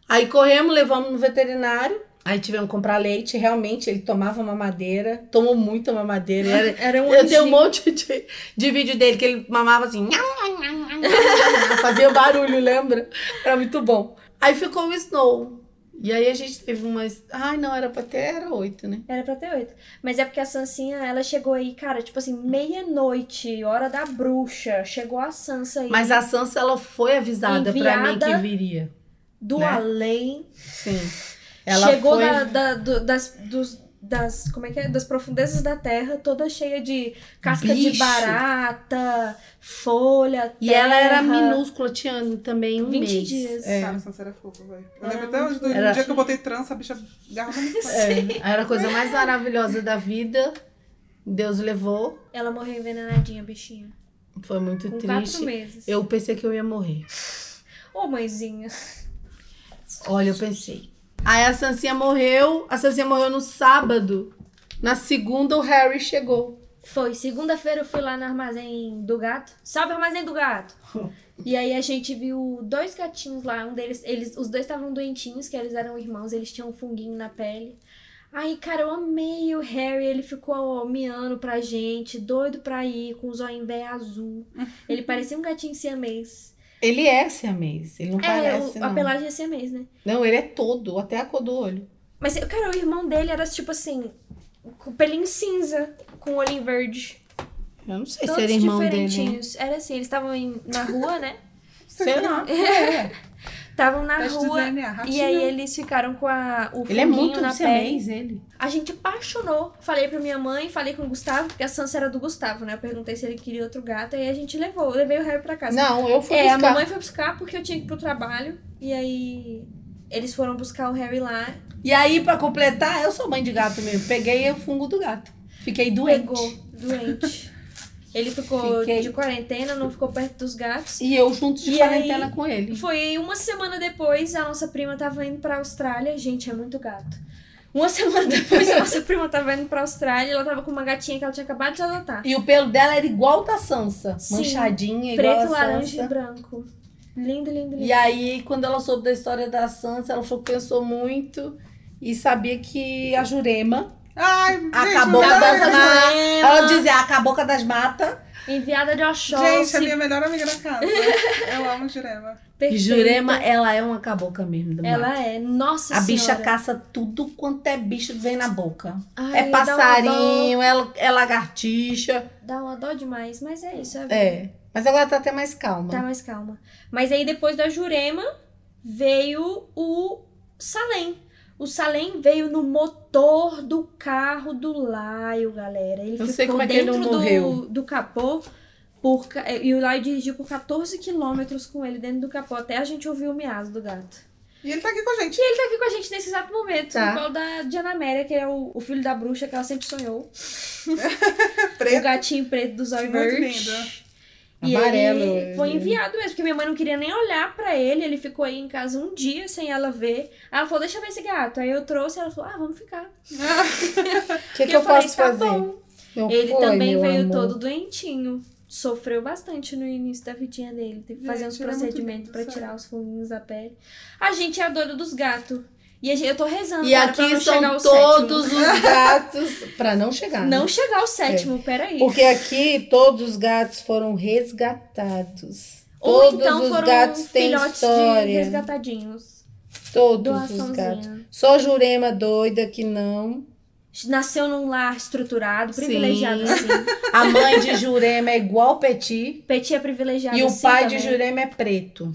S2: Aí corremos, levamos no veterinário. Aí tivemos que comprar leite. Realmente, ele tomava mamadeira. Tomou muita mamadeira. Era,
S1: Era um
S2: eu tenho um
S1: anjinho.
S2: monte de, de vídeo dele que ele mamava assim. nham, nham, nham, nham. Fazia barulho, lembra? Era muito bom. Aí ficou o Snow. E aí a gente teve umas. Ai, não, era pra ter, era oito, né?
S1: Era pra ter oito. Mas é porque a Sansinha, ela chegou aí, cara, tipo assim, meia-noite, hora da bruxa. Chegou a Sansa aí.
S2: Mas a Sansa, ela foi avisada pra mim que
S1: Enviada.
S2: viria.
S1: do
S2: né?
S1: além.
S2: Sim. Ela
S1: chegou
S2: foi.
S1: da- da- do- das, dos- das. Como é que é? Das profundezas da terra, toda cheia de casca de
S2: Bicho.
S1: barata, folha.
S2: E ela
S1: terra.
S2: era minúscula, tinha também um
S1: 20
S2: mês.
S1: dias.
S2: É.
S3: Cara, Sansara é fofa, velho. Eu lembro até hoje do
S2: Era-
S3: dia que eu botei trança, a bicha agarrava no pé.
S2: É, era a coisa mais maravilhosa da vida. Deus levou.
S1: Ela morreu envenenadinha, bichinha.
S2: Foi muito
S1: Com quatro
S2: triste.
S1: meses.
S2: Eu pensei que eu ia morrer.
S1: Ô, mãezinha.
S2: Olha, eu pensei. Aí a Sansinha morreu. A Sansinha morreu no sábado. Na segunda, o Harry chegou.
S1: Foi. Segunda-feira eu fui lá no armazém do gato. Salve, armazém do gato! e aí a gente viu dois gatinhos lá. Um deles, eles, os dois estavam doentinhos, que eles eram irmãos, eles tinham um funguinho na pele. Aí, cara, eu amei o Harry. Ele ficou miando pra gente, doido pra ir, com o zóio bem azul. Ele parecia um gatinho siamês.
S2: Ele é siamês. Ele não parece,
S1: é, o-
S2: não.
S1: a pelagem é siamês, né?
S2: Não, ele é todo. Até a cor do olho.
S1: Mas, cara, o irmão dele era tipo assim, com o pelinho cinza, com o olhinho verde.
S2: Eu não sei
S1: Todos
S2: se era irmão dele. né?
S1: diferentinhos. Era assim, eles estavam em- na rua, né?
S2: Sei lá.
S3: É.
S1: Estavam na
S3: Teste de
S1: rua.
S3: DNA,
S1: E
S3: ratinho.
S1: aí eles ficaram com a, o
S2: Ele é
S1: funguinho
S2: muito
S1: na pele.
S2: siamês, ele.
S1: A gente apaixonou. Falei pra minha mãe, falei com o Gustavo, porque a Sansa era do Gustavo, né? Eu perguntei se ele queria outro gato, aí a gente levou. Eu levei o Harry pra casa.
S2: Não, eu fui
S1: é, a
S2: buscar.
S1: mamãe foi buscar porque eu tinha que ir pro trabalho. E aí eles foram buscar o Harry lá.
S2: E aí, pra completar, eu sou mãe de gato mesmo. Peguei o fungo do gato. Fiquei doente.
S1: Pegou, doente. ele ficou
S2: Fiquei.
S1: de quarentena, não ficou perto dos gatos.
S2: E eu junto de
S1: E
S2: quarentena
S1: aí-
S2: com ele.
S1: Foi uma semana depois, a nossa prima tava indo pra Austrália. Gente, é muito gato. Uma semana depois, a nossa prima tava indo pra Austrália. Ela tava com uma gatinha que ela tinha acabado de adotar.
S2: E o pelo dela era igual o da Sansa.
S1: Sim.
S2: Manchadinha, igual
S1: Preto,
S2: a
S1: laranja e
S2: Sansa.
S1: branco. Lindo, lindo, lindo.
S2: E aí, quando ela soube da história da Sansa, ela falou que pensou muito e sabia que a Jurema
S3: Ai, gente,
S2: acabou com
S3: minha
S2: a
S3: melhor
S2: das
S3: amiga-
S2: matas.
S1: Jurema.
S2: Ela dizia, acabou com a das matas.
S1: Enviada de Oxóssi.
S3: Gente, a minha melhor amiga da casa. Eu amo Jurema.
S2: E
S1: perfeita.
S2: Jurema, ela é uma cabocla mesmo do mato.
S1: Ela é, nossa
S2: A bicha
S1: senhora.
S2: caça tudo quanto é bicho vem na boca.
S1: Ai,
S2: é
S1: dá um uma
S2: passarinho, é, é lagartixa.
S1: dó- Dá uma dó demais, mas é isso. É a vida.
S2: É. Mas agora tá até mais calma.
S1: Tá mais calma. Mas aí depois da Jurema veio o Salem. O Salem veio no motor do carro do Laio, galera. Ele
S2: Eu
S1: ficou
S2: sei como é que ele
S1: dentro
S2: não morreu.
S1: do, do capô. Por, ca- e o Laio dirigiu por 14 quilômetros com ele dentro do capô. Até a gente ouviu o miado do gato.
S3: E ele tá aqui com a gente.
S1: E ele tá aqui com a gente nesse exato momento.
S2: Tá.
S1: Igual da Diana Amélia, que é o, o filho da bruxa que ela sempre sonhou. O
S3: Preto.
S1: gatinho preto dos olhos
S3: Muito
S1: verdes.
S3: lindo.
S1: E
S2: Amarelo,
S1: ele foi
S2: ele-
S1: enviado mesmo, porque minha mãe não queria nem olhar pra ele. Ele ficou aí em casa um dia sem ela ver. Ela falou, deixa eu ver esse gato. Aí eu trouxe, ela falou, ah, vamos ficar.
S2: O que,
S1: E
S2: que eu,
S1: falei,
S2: posso
S1: tá
S2: fazer?
S1: bom.
S2: Eu,
S1: Ele
S2: "Foi,
S1: também
S2: meu
S1: veio
S2: amor."
S1: todo doentinho. Sofreu bastante no início da vidinha dele. Teve que fazer
S3: Gente,
S1: uns
S3: ele é muito
S1: procedimentos
S3: lindo,
S1: pra
S3: sério.
S1: tirar os funguinhos da pele. A gente é a doida dos gatos. E a gente- eu tô rezando
S2: E
S1: cara, pra
S2: aqui
S1: não chegar
S2: são
S1: ao
S2: todos
S1: sétimo.
S2: os gatos. Pra não chegar. né?
S1: Não chegar ao sétimo, peraí.
S2: Porque aqui todos os gatos foram resgatados.
S1: Ou
S2: todos
S1: então
S2: os
S1: foram
S2: gatos têm
S1: filhotes de
S2: história.
S1: resgatadinhos.
S2: Todos os gatos.
S1: Doaçãozinha.
S2: Só Jurema doida que não.
S1: Nasceu num lar estruturado,
S2: Sim.
S1: privilegiado assim.
S2: A mãe de Jurema é igual Petit.
S1: Peti é privilegiado
S2: E o
S1: assim
S2: pai de
S1: também.
S2: Jurema é preto.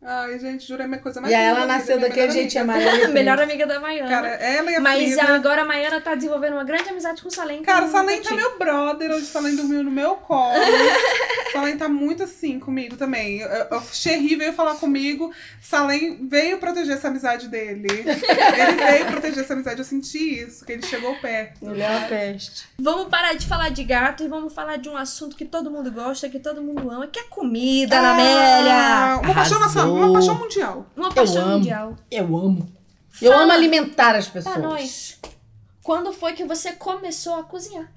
S3: Ai, gente, Jurema é a coisa mais
S2: e aí
S3: linda da
S2: ela
S3: vida,
S2: nasceu
S3: minha
S2: daquele é
S3: melhor
S2: jeitinho
S3: amiga.
S2: amarelo. e preto.
S1: Melhor amiga da Maiana.
S3: Cara, ela e a
S1: Mas
S3: Frida.
S1: agora a Maiana tá desenvolvendo uma grande amizade com o Salem.
S3: Cara, o
S1: com
S3: Salem
S1: Peti.
S3: tá meu brother, hoje o Salem dormiu no meu colo. O Salem tá muito assim comigo também. Eu- eu- O Xerri veio falar comigo, Salem veio proteger essa amizade dele. Ele veio proteger essa amizade, eu senti isso, que ele chegou perto.
S2: Ele é uma peste.
S1: Vamos parar de falar de gato e vamos falar de um assunto que todo mundo gosta, que todo mundo ama, que é comida, Ana Amélia.
S3: Ah, Uma paixão nacional,
S2: Arrasou.
S3: uma paixão mundial.
S1: Uma paixão
S2: amo.
S1: mundial.
S2: Eu amo. Eu amo alimentar as pessoas.
S1: pra nós. Quando foi que você começou a cozinhar?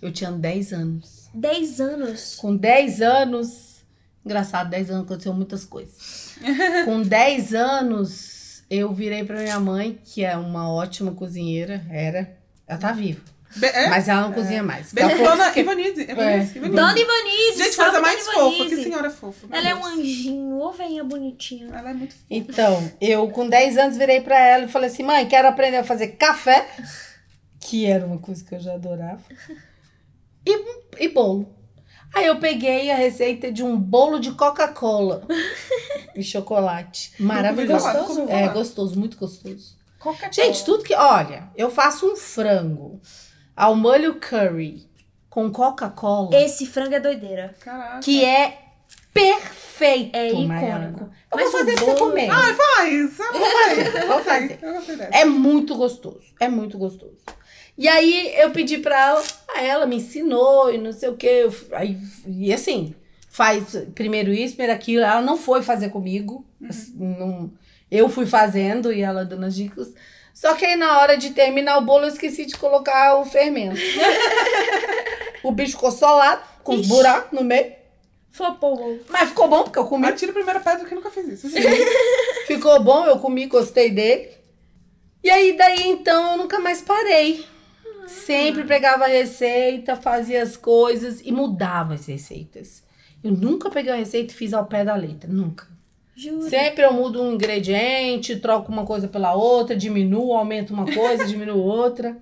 S2: Eu tinha 10 anos.
S1: 10 anos.
S2: Com 10 anos. Engraçado, 10 anos aconteceu muitas coisas. Com 10 anos, eu virei pra minha mãe, que é uma ótima cozinheira, era. Ela tá viva.
S3: Be é?
S2: Mas ela não cozinha mais.
S3: Bem,
S2: Ela
S3: Dona
S2: falou que-
S3: Ivanize. Ivanize, Ivanize.
S4: Dona Ivanise,
S3: Gente,
S4: salve
S3: coisa
S4: Dona
S3: mais fofa. Que
S4: Ivanise.
S3: senhora fofa. meu
S1: Ela é um
S3: Deus.
S1: anjinho, ô veinha bonitinha.
S3: Ela é muito fofa.
S2: Então, eu com 10 anos virei pra ela e falei assim: mãe, quero aprender a fazer café, que era uma coisa que eu já adorava, e, e bolo. Aí eu peguei a receita de um bolo de Coca-Cola e chocolate. Maravilhoso.
S3: falar, nunca ouvi falar.
S2: É gostoso, muito gostoso.
S3: Coca-Cola.
S2: Gente, tudo que. Olha, eu faço um frango ao molho curry com Coca-Cola,
S1: Esse frango é doideira.
S3: Caraca.
S2: que é perfeito.
S1: É
S2: Mayara.
S1: icônico.
S2: Eu
S1: Mas
S2: vou
S1: o
S2: fazer pra você
S1: bolo-
S2: comer.
S3: Faz. Eu gostei.
S2: vou fazer.
S3: Eu gostei dessa.
S2: É muito gostoso. É muito gostoso. E aí eu pedi pra ela, ah, ela me ensinou e não sei o que. Eu, f- aí, e assim, faz primeiro isso, primeiro aquilo. Ela não foi fazer comigo. assim, não- eu fui fazendo e ela dando as dicas. Só que aí na hora de terminar o bolo eu esqueci de colocar o fermento. o bicho ficou solado, com os
S1: Ixi.
S2: buracos no meio.
S1: Flopou o bolo.
S2: Mas ficou bom porque eu comi.
S3: Atira a primeira pedra que nunca fez isso. gente.
S2: Ficou bom, eu comi, gostei dele. E aí, daí então, eu nunca mais parei. Sempre pegava a receita, fazia as coisas e mudava as receitas. Eu nunca peguei a receita e fiz ao pé da letra, nunca.
S1: Juro.
S2: Sempre eu mudo um ingrediente, troco uma coisa pela outra, diminuo, aumento uma coisa, diminuo outra.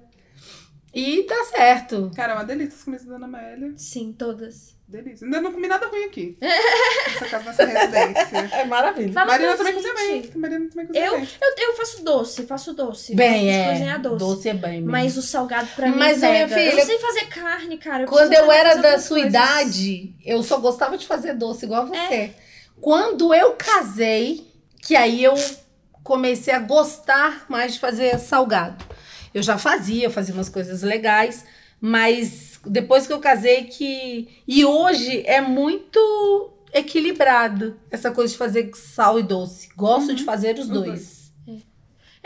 S2: E dá certo.
S3: Cara, é uma delícia as comidas da Ana Amélia.
S1: Sim, todas.
S3: Delícia. Ainda não comi nada ruim aqui. Nessa casa, nessa residência.
S2: É maravilha.
S1: Fala
S3: Marina
S1: pra
S3: também
S1: gente.
S3: cozinha bem. Marina também cozinha
S1: Eu?
S3: é bem.
S1: Eu, eu faço doce, faço doce.
S2: Bem,
S1: Gosto de
S2: é.
S1: cozinhar doce.
S2: Doce é bem mesmo.
S1: Mas o salgado pra mim
S2: Mas, minha
S1: pega. Eu
S2: filha,
S1: não sei fazer carne, cara.
S2: Quando
S1: preciso
S2: eu era
S1: fazer
S2: da
S1: outras
S2: sua
S1: coisas. É.
S2: idade, eu só gostava de fazer doce, igual você. Quando eu casei, que aí eu comecei a gostar mais de fazer salgado. Eu já fazia, eu fazia umas coisas legais, mas depois que eu casei que... E hoje é muito equilibrado essa coisa de fazer sal e doce. Gosto
S1: Uhum.
S2: de fazer os
S3: os dois.
S2: dois.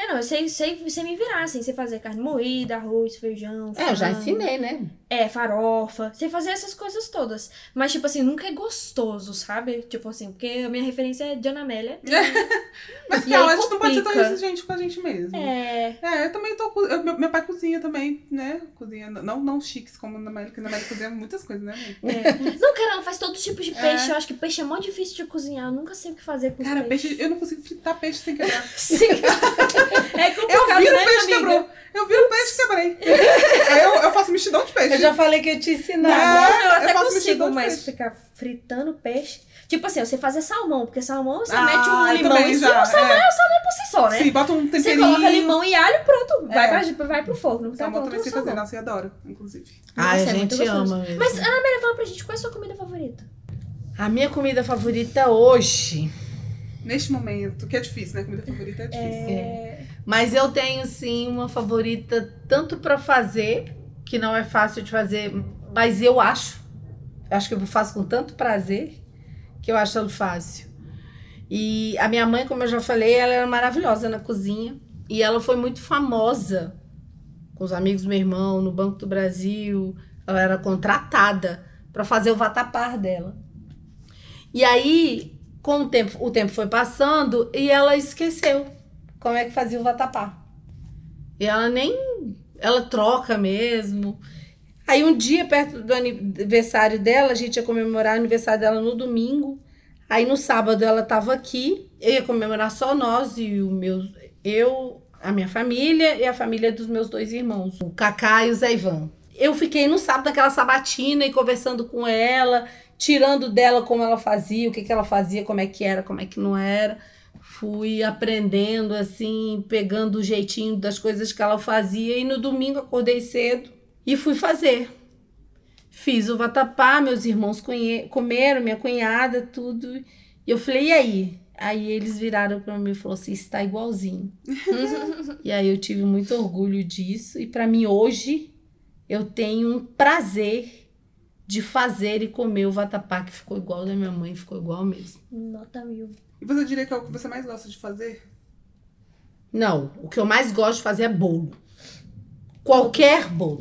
S1: É, não, eu sei, sei, sei me virar, assim. Sei fazer carne moída, arroz, feijão.
S2: É, eu já
S1: frango.
S2: ensinei, né?
S1: É, farofa. Sei fazer essas coisas todas. Mas, tipo assim, nunca é gostoso, sabe? Tipo assim, porque a minha referência é de Ana Amélia.
S3: Mas
S1: E
S3: calma,
S1: aí
S3: a gente não pode ser tão
S1: complica.
S3: exigente com a gente mesmo.
S2: Uhum.
S1: É.
S3: É, eu também tô. co- Eu, meu, meu pai cozinha também, né? Cozinha. Não, não chiques como na Amélia, porque na Amélia cozinha muitas coisas, né? amiga?
S1: é. Não, cara, ela faz todo tipo de
S3: É.
S1: peixe. Eu acho que peixe é mó difícil de cozinhar. Eu nunca sei o que fazer com
S3: Cara,
S1: peixe.
S3: peixe. Eu não consigo fritar peixe sem quebrar.
S1: Sim. É
S3: Eu
S1: complicado,
S3: viro o
S1: né,
S3: peixe
S1: amiga?
S3: quebrou. Eu viro o peixe quebrei. Aí eu, eu faço mexidão de peixe.
S2: Eu já falei que eu te ensinava.
S3: Não.
S1: Agora eu
S3: É, eu
S1: até
S3: faço mexidão
S1: consigo,
S3: de
S1: mas
S3: peixe.
S1: ficar fritando peixe. Tipo assim, eu sei fazer salmão, porque salmão você
S3: Ah,
S1: mete um
S3: eu
S1: limão
S3: também
S1: em
S3: já,
S1: cima, o salmão
S3: é.
S1: é o salmão por si só, né?
S3: Sim, bota um
S1: Você
S3: temperinho.
S1: coloca limão e alho, pronto. Vai,
S3: É.
S1: pra, vai pro forno. Tá
S3: Salmão
S1: pronto,
S3: também assim,
S1: o
S3: sei
S1: salmão.
S3: um fazer, nossa, eu adoro, inclusive.
S2: Ah, a
S1: Nossa, é muito
S2: gente
S1: gostoso.
S2: ama mesmo.
S1: Mas, Ana Maria, fala pra gente qual é a sua comida favorita.
S2: A minha comida favorita hoje...
S3: Neste momento, que é difícil, né? Comida favorita é difícil.
S2: É. Mas eu tenho sim uma favorita tanto pra fazer, que não é fácil de fazer, mas eu acho, acho que eu faço com tanto prazer que eu acho ela fácil. E a minha mãe, como eu já falei, ela era maravilhosa na cozinha e ela foi muito famosa com os amigos do meu irmão no Banco do Brasil. Ela era contratada pra fazer o vatapar dela. E aí, com o tempo, o tempo foi passando e ela esqueceu como é que fazia o vatapá. E ela nem. Ela troca mesmo. Aí um dia, perto do aniversário dela, a gente ia comemorar o aniversário dela no domingo. Aí no sábado ela tava aqui. Eu ia comemorar só nós e o meu. Eu, a minha família e a família dos meus dois irmãos, o Cacá e o Zé Ivan. Eu fiquei no sábado naquela sabatina e conversando com ela, tirando dela como ela fazia, o que, que ela fazia, como é que era, como é que não era fui aprendendo assim, pegando o jeitinho das coisas que ela fazia e no domingo acordei cedo e fui fazer. Fiz o vatapá, meus irmãos conhe- comeram, minha cunhada, tudo. E eu falei: "E aí?" Aí eles viraram pra mim e falou assim: "Está igualzinho". e aí eu tive muito orgulho disso e pra mim hoje eu tenho um prazer de fazer e comer o vatapá que ficou igual da minha mãe, ficou igual mesmo.
S1: Nota mil.
S3: E você diria que é o que você mais gosta de fazer?
S2: Não, o que eu mais gosto de fazer é bolo. Qualquer bolo.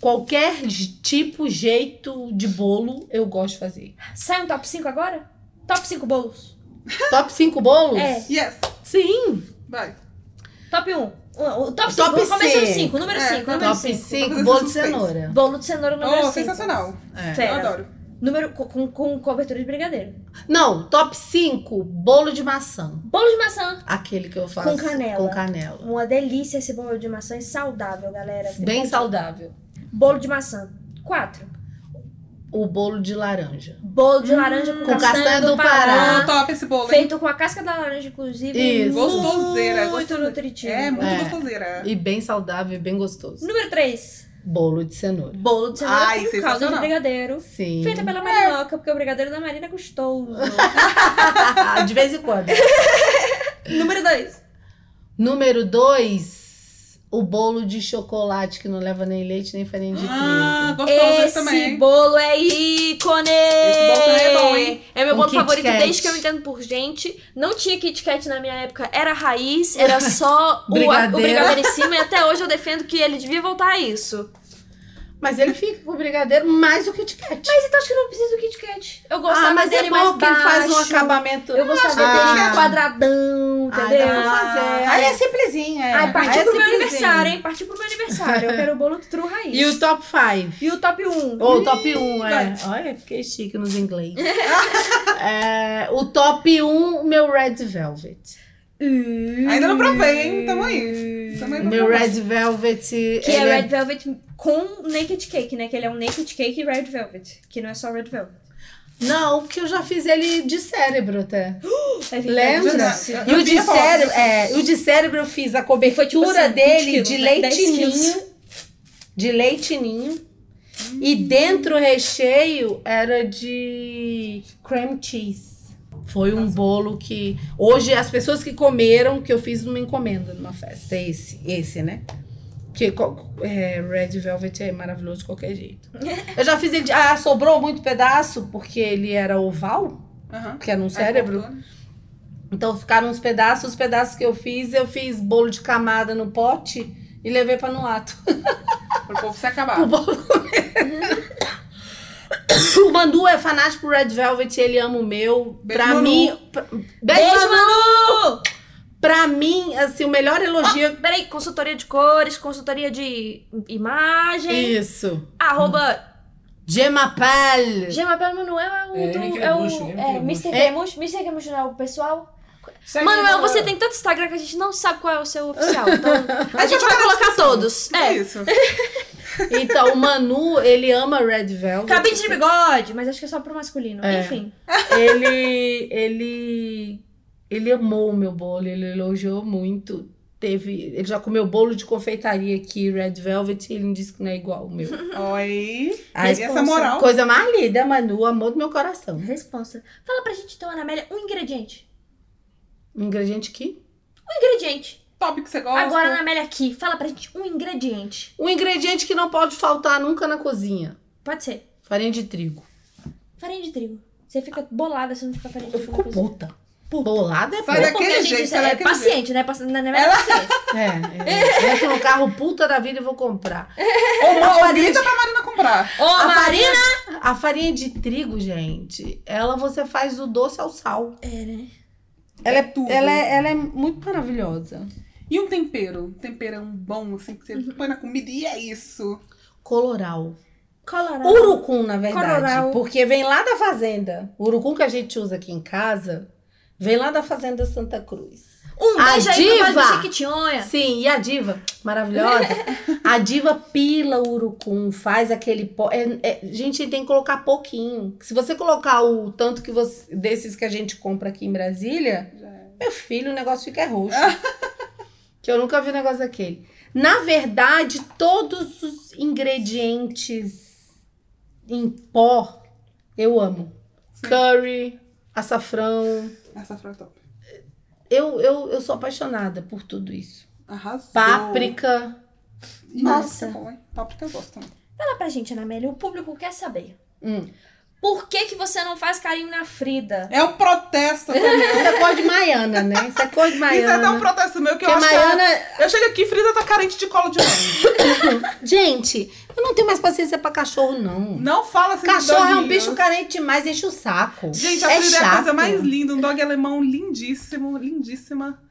S2: Qualquer j- tipo, jeito de bolo, eu gosto de fazer.
S1: Sai um top 5 agora? Top 5 bolos.
S2: Top 5 bolos?
S1: É.
S3: Yes!
S2: Sim.
S3: Vai.
S1: Top 1. O top 5.
S2: Top
S1: Top Começando
S2: cinco.
S1: 5. Número
S3: É,
S1: 5. número
S2: Top
S1: 5.
S2: 5,
S3: fazendo
S2: bolo de
S3: suspense.
S2: cenoura.
S1: Bolo de cenoura número
S3: Oh,
S1: 5.
S3: sensacional.
S2: É.
S3: Eu
S1: Fera.
S3: adoro.
S1: Número co- com, com cobertura de brigadeiro.
S2: Não, top 5, bolo de maçã.
S1: Bolo de maçã.
S2: Aquele que eu faço
S1: Com canela.
S2: com canela.
S1: Uma delícia esse bolo de maçã. É saudável, galera.
S2: Bem saudável.
S1: Bolo de maçã. 4.
S2: O bolo de laranja.
S1: Bolo de laranja com,
S2: Hum, com
S1: castanha, do, Pará.
S3: Ah, top esse bolo, hein?
S1: Feito com a casca da laranja, inclusive.
S2: Isso.
S3: Gostoseira,
S1: Muito
S3: gostoso.
S1: nutritivo.
S3: É, muito
S2: É.
S3: gostoseira.
S2: E bem saudável e bem gostoso.
S1: Número 3.
S2: Bolo de cenoura.
S1: Bolo de cenoura
S3: Ai, é
S1: com calda de
S3: sensacional.
S1: brigadeiro.
S2: Sim.
S1: Feita pela Marinoca, porque o brigadeiro da Marina é gostoso.
S2: de vez em quando.
S1: Número 2.
S2: Número 2, o bolo de chocolate que não leva nem leite nem farinha de trigo.
S3: Ah, gostoso esse,
S1: Esse
S3: também. hein?
S1: bolo é ícone!
S3: Esse bolo também é bom, hein?
S1: É meu
S2: Um
S1: bolo
S2: Kit
S1: favorito
S2: Kat.
S1: desde que eu me entendo por gente. Não tinha Kit Kat na minha época, era raiz, era só o, o
S2: Brigadeiro.
S1: brigadeiro em cima. E até hoje eu defendo que ele devia voltar a isso.
S2: Mas ele fica com o brigadeiro mais o Kit Kat.
S1: Mas então acho que eu não preciso do Kit Kat. Eu
S2: Ah,
S1: gostava dele mais
S2: porque é ele faz um
S1: baixo.
S2: acabamento.
S1: Eu gostava
S2: Ah.
S1: dele quadradão, entendeu?
S2: Ai, dá pra fazer. Aí é simplesinho, é.
S1: Ai, partiu
S2: Aí é
S1: pro meu
S2: simplesinho.
S1: aniversário, hein? Partiu pro meu aniversário. Eu quero o bolo true raiz.
S2: E o top 5?
S1: E o top 1.
S2: Ou o top 1, é. Olha, fiquei chique nos inglês. É, o top 1, meu Red Velvet.
S1: Hum.
S3: Ainda não provei, hein? Tamo aí. Tamo aí pra
S2: Meu
S3: provar.
S2: Red Velvet.
S1: Que
S2: ele
S1: é Red Velvet com Naked Cake, né? Que ele é um Naked Cake e Red Velvet. Que não é só Red Velvet.
S2: Não, que eu já fiz ele de cérebro até.
S1: É verdade.
S2: Lembra?
S3: Eu-
S2: E
S3: eu tipo
S2: o
S3: vi
S2: de
S3: a foto.
S2: cérebro, é, e o de cérebro eu fiz a cobertura
S1: assim, 20
S2: dele
S1: quilos,
S2: de
S1: né? 10
S2: leitinho.
S1: quilos.
S2: De leitinho. E
S3: Hum.
S2: dentro o recheio era de cream cheese. Foi um bolo que. Hoje, as pessoas que comeram, que eu fiz numa encomenda numa festa. É esse, esse, né? Que co- é, Red Velvet é maravilhoso de qualquer jeito. Eu já fiz ele. De, ah, sobrou muito pedaço, porque ele era oval,
S3: Aham.
S2: porque era um
S3: Aí
S2: cérebro.
S3: voltou, né?
S2: Então ficaram uns pedaços, os pedaços que eu fiz, eu fiz bolo de camada no pote e levei pra no ato.
S3: Pro povo se
S1: Ah.
S3: acabar.
S2: O bolo
S1: Uhum.
S2: O Manu é fanático por Red Velvet, ele ama o meu.
S3: Beijo,
S2: pra
S3: Manu.
S2: mim. Pra,
S1: Beijo,
S2: beijo,
S1: Manu!
S2: pra mim, assim, o melhor elogio.
S1: Peraí, consultoria de cores, consultoria de imagem.
S2: é Isso.
S1: Arroba
S2: Gemapel.
S1: Gemapel Manuel é o
S5: É,
S1: do.
S5: ele que é
S1: É, o.
S5: bruxo, ele que é
S1: É,
S5: bruxo.
S1: Mr.
S2: É.
S1: Cremush. Mr. Cremush não é o pessoal.
S5: Segue
S1: Manuel,
S5: agora.
S1: você tem tanto Instagram que a gente não sabe qual é o seu oficial. Então, a
S3: Mas
S1: gente
S3: vai colocar
S1: vai
S3: na
S1: colocar todos.
S3: É
S1: É.
S3: isso.
S2: Então, o Manu, ele ama Red Velvet.
S1: Cabide de bigode, mas acho que é só pro masculino.
S2: É.
S1: Enfim.
S2: ele ele ele amou o meu bolo, ele elogiou muito. Teve, ele já comeu bolo de confeitaria aqui, Red Velvet, e ele me disse que não é igual o meu.
S3: Oi.
S2: Aí,
S3: e essa moral?
S2: Coisa mais linda, Manu, amor do meu coração.
S1: Resposta. Fala pra gente, então, Ana Amélia, um ingrediente.
S2: Um ingrediente que
S1: Um ingrediente.
S3: Top que você gosta.
S1: Agora, Ana Amélia, aqui. Fala pra gente um ingrediente.
S2: um ingrediente que não pode faltar nunca na cozinha.
S1: Pode ser.
S2: Farinha de trigo.
S1: Farinha de trigo. Você fica bolada se não ficar farinha de
S2: Eu
S1: trigo.
S2: fico
S1: na cozinha.
S2: puta. Bolada é
S3: Sai
S2: puta.
S3: daqui.
S1: Porque a
S3: Daquele
S1: gente,
S3: jeito,
S1: se ela é
S3: daquele
S1: paciente, né? Paci- Ana Amélia é paciente.
S2: É, é. Entro no carro puta da vida e vou comprar.
S1: né,
S3: Uma
S2: Uma farinha
S3: grita pra Marina comprar.
S1: Ô,
S2: A
S1: Maria!
S2: farinha, a farinha de trigo, gente, ela você faz do doce ao sal.
S1: É, né?
S2: Ela é
S3: tudo.
S2: Ela é, ela é muito maravilhosa.
S3: E um tempero? Um tempero é um bom, assim, que você
S2: Uhum.
S3: põe na comida e é isso.
S2: Coloral. Ah.
S1: Colorado.
S2: Urucum, na verdade.
S1: Coloral.
S2: Porque vem lá da fazenda. O urucum que a gente usa aqui em casa vem lá da fazenda Santa Cruz.
S1: Um
S2: A
S1: beijo aí pro
S2: diva.
S1: Vale de Chiquitinhonha.
S2: Sim, e a diva, maravilhosa. a diva pila o urucum, faz aquele pó. É, é, gente, tem que colocar pouquinho. Se você colocar o tanto que você, desses que a gente compra aqui em Brasília,
S3: Já é.
S2: Meu filho, o negócio fica é roxo. que eu nunca vi um negócio daquele. Na verdade, todos os ingredientes em pó eu amo. Curry, açafrão.
S3: Essa foi a top.
S2: Eu, eu, eu sou apaixonada por tudo isso.
S3: Arrasou.
S2: Páprica.
S3: Ih,
S2: Nossa.
S3: é bom, hein? Páprica eu gosto também.
S1: Fala pra gente, Ana Amélia, o público quer saber.
S2: Hum.
S1: Por que que você não faz carinho na Frida?
S3: É um protesto também.
S2: Isso é cor de Maiana, né? Isso é cor de
S3: Isso é até um
S2: Maiana.
S3: protesto meu que
S2: Porque
S3: eu acho
S2: Maiana.
S3: que... Eu chego aqui, Frida tá carente de colo de mãe.
S2: Gente, eu não tenho mais paciência pra cachorro, não.
S3: Não fala assim de
S2: Cachorro é um
S3: doguinho.
S2: bicho carente demais, enche o saco.
S3: Gente, a
S2: é
S3: Frida é a coisa
S2: chato.
S3: mais linda. Um dog alemão lindíssimo, lindíssima.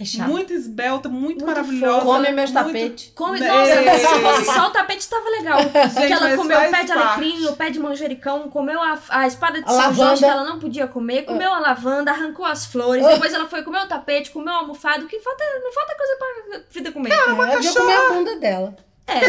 S2: É chato.
S3: Muito esbelta, muito,
S1: Muito
S3: maravilhosa.
S2: Come meus
S3: é muito-
S2: tapetes.
S1: Come,
S3: Né?
S1: nossa,
S3: É.
S1: se fosse só o tapete tava legal. Porque ela
S3: mas
S1: comeu o
S3: faz
S1: pé
S3: parte.
S1: de alecrim, o pé de manjericão, comeu a, a espada de
S2: A
S1: São Jorge
S2: lavanda. Ah.
S1: que ela não podia comer, comeu a lavanda, arrancou as flores, depois ela foi comer o tapete, comeu o almofado, que falta, não falta coisa pra vida comer.
S2: É, eu comer a bunda dela.
S1: É,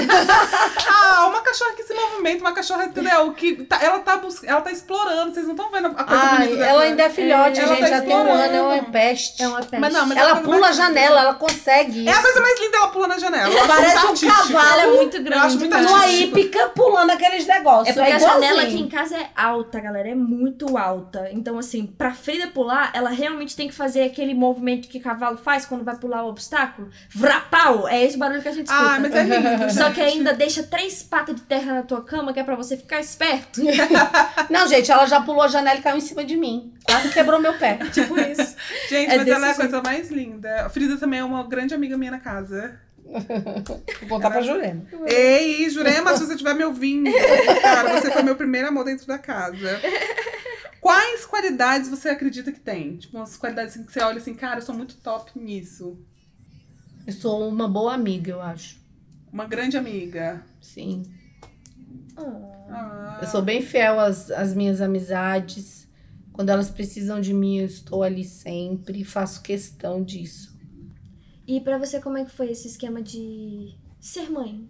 S3: Ah, uma cachorra que se movimenta, uma cachorra, entendeu? Que tá- ela, tá bus... ela tá explorando, vocês não estão vendo a coisa
S2: Ai,
S3: bonita dela.
S2: ela ainda é filhote,
S3: É, ela
S2: gente.
S3: tá
S2: já tem um ano, é uma
S3: explorando.
S2: peste.
S1: é uma peste.
S3: Mas não, mas
S2: Ela
S3: ela
S2: pula a janela, ela consegue
S3: É a
S2: isso.
S3: coisa mais linda, ela pula na janela. Eu acho
S2: Parece um
S3: artístico.
S2: cavalo,
S1: Ela é muito
S3: Eu acho
S1: grande.
S3: muito
S1: mas-
S2: Numa
S3: artístico.
S2: hípica pulando aqueles negócios.
S1: É porque a
S2: igualzinho.
S1: janela aqui em casa é alta, galera. É muito alta. Então, assim, pra Frida pular, ela realmente tem que fazer aquele movimento que cavalo faz quando vai pular o obstáculo. Vrapau! É esse o barulho que a gente escuta.
S3: Ah, mas é lindo.
S1: Só que ainda deixa três patas de terra na tua cama, que é pra você ficar esperto.
S2: Não, gente, ela já pulou a janela e caiu em cima de mim. Quase quebrou meu pé.
S1: Tipo isso.
S3: Gente,
S1: É
S3: mas ela é a
S1: desse jeito.
S3: coisa mais linda. A Frida também é uma grande amiga minha na casa.
S2: Vou contar pra Jurema.
S3: Ei, Jurema, se você estiver me ouvindo, cara, você foi meu primeiro amor dentro da casa. Quais qualidades você acredita que tem? Tipo, umas qualidades assim que você olha assim, cara, eu sou muito top nisso.
S2: Eu sou uma boa amiga, eu acho.
S3: Uma grande amiga.
S2: Sim.
S3: Ah,
S2: Eu sou bem fiel às, às minhas amizades. Quando elas precisam de mim, eu estou ali sempre. Faço questão disso.
S1: E pra você, como é que foi esse esquema de ser mãe?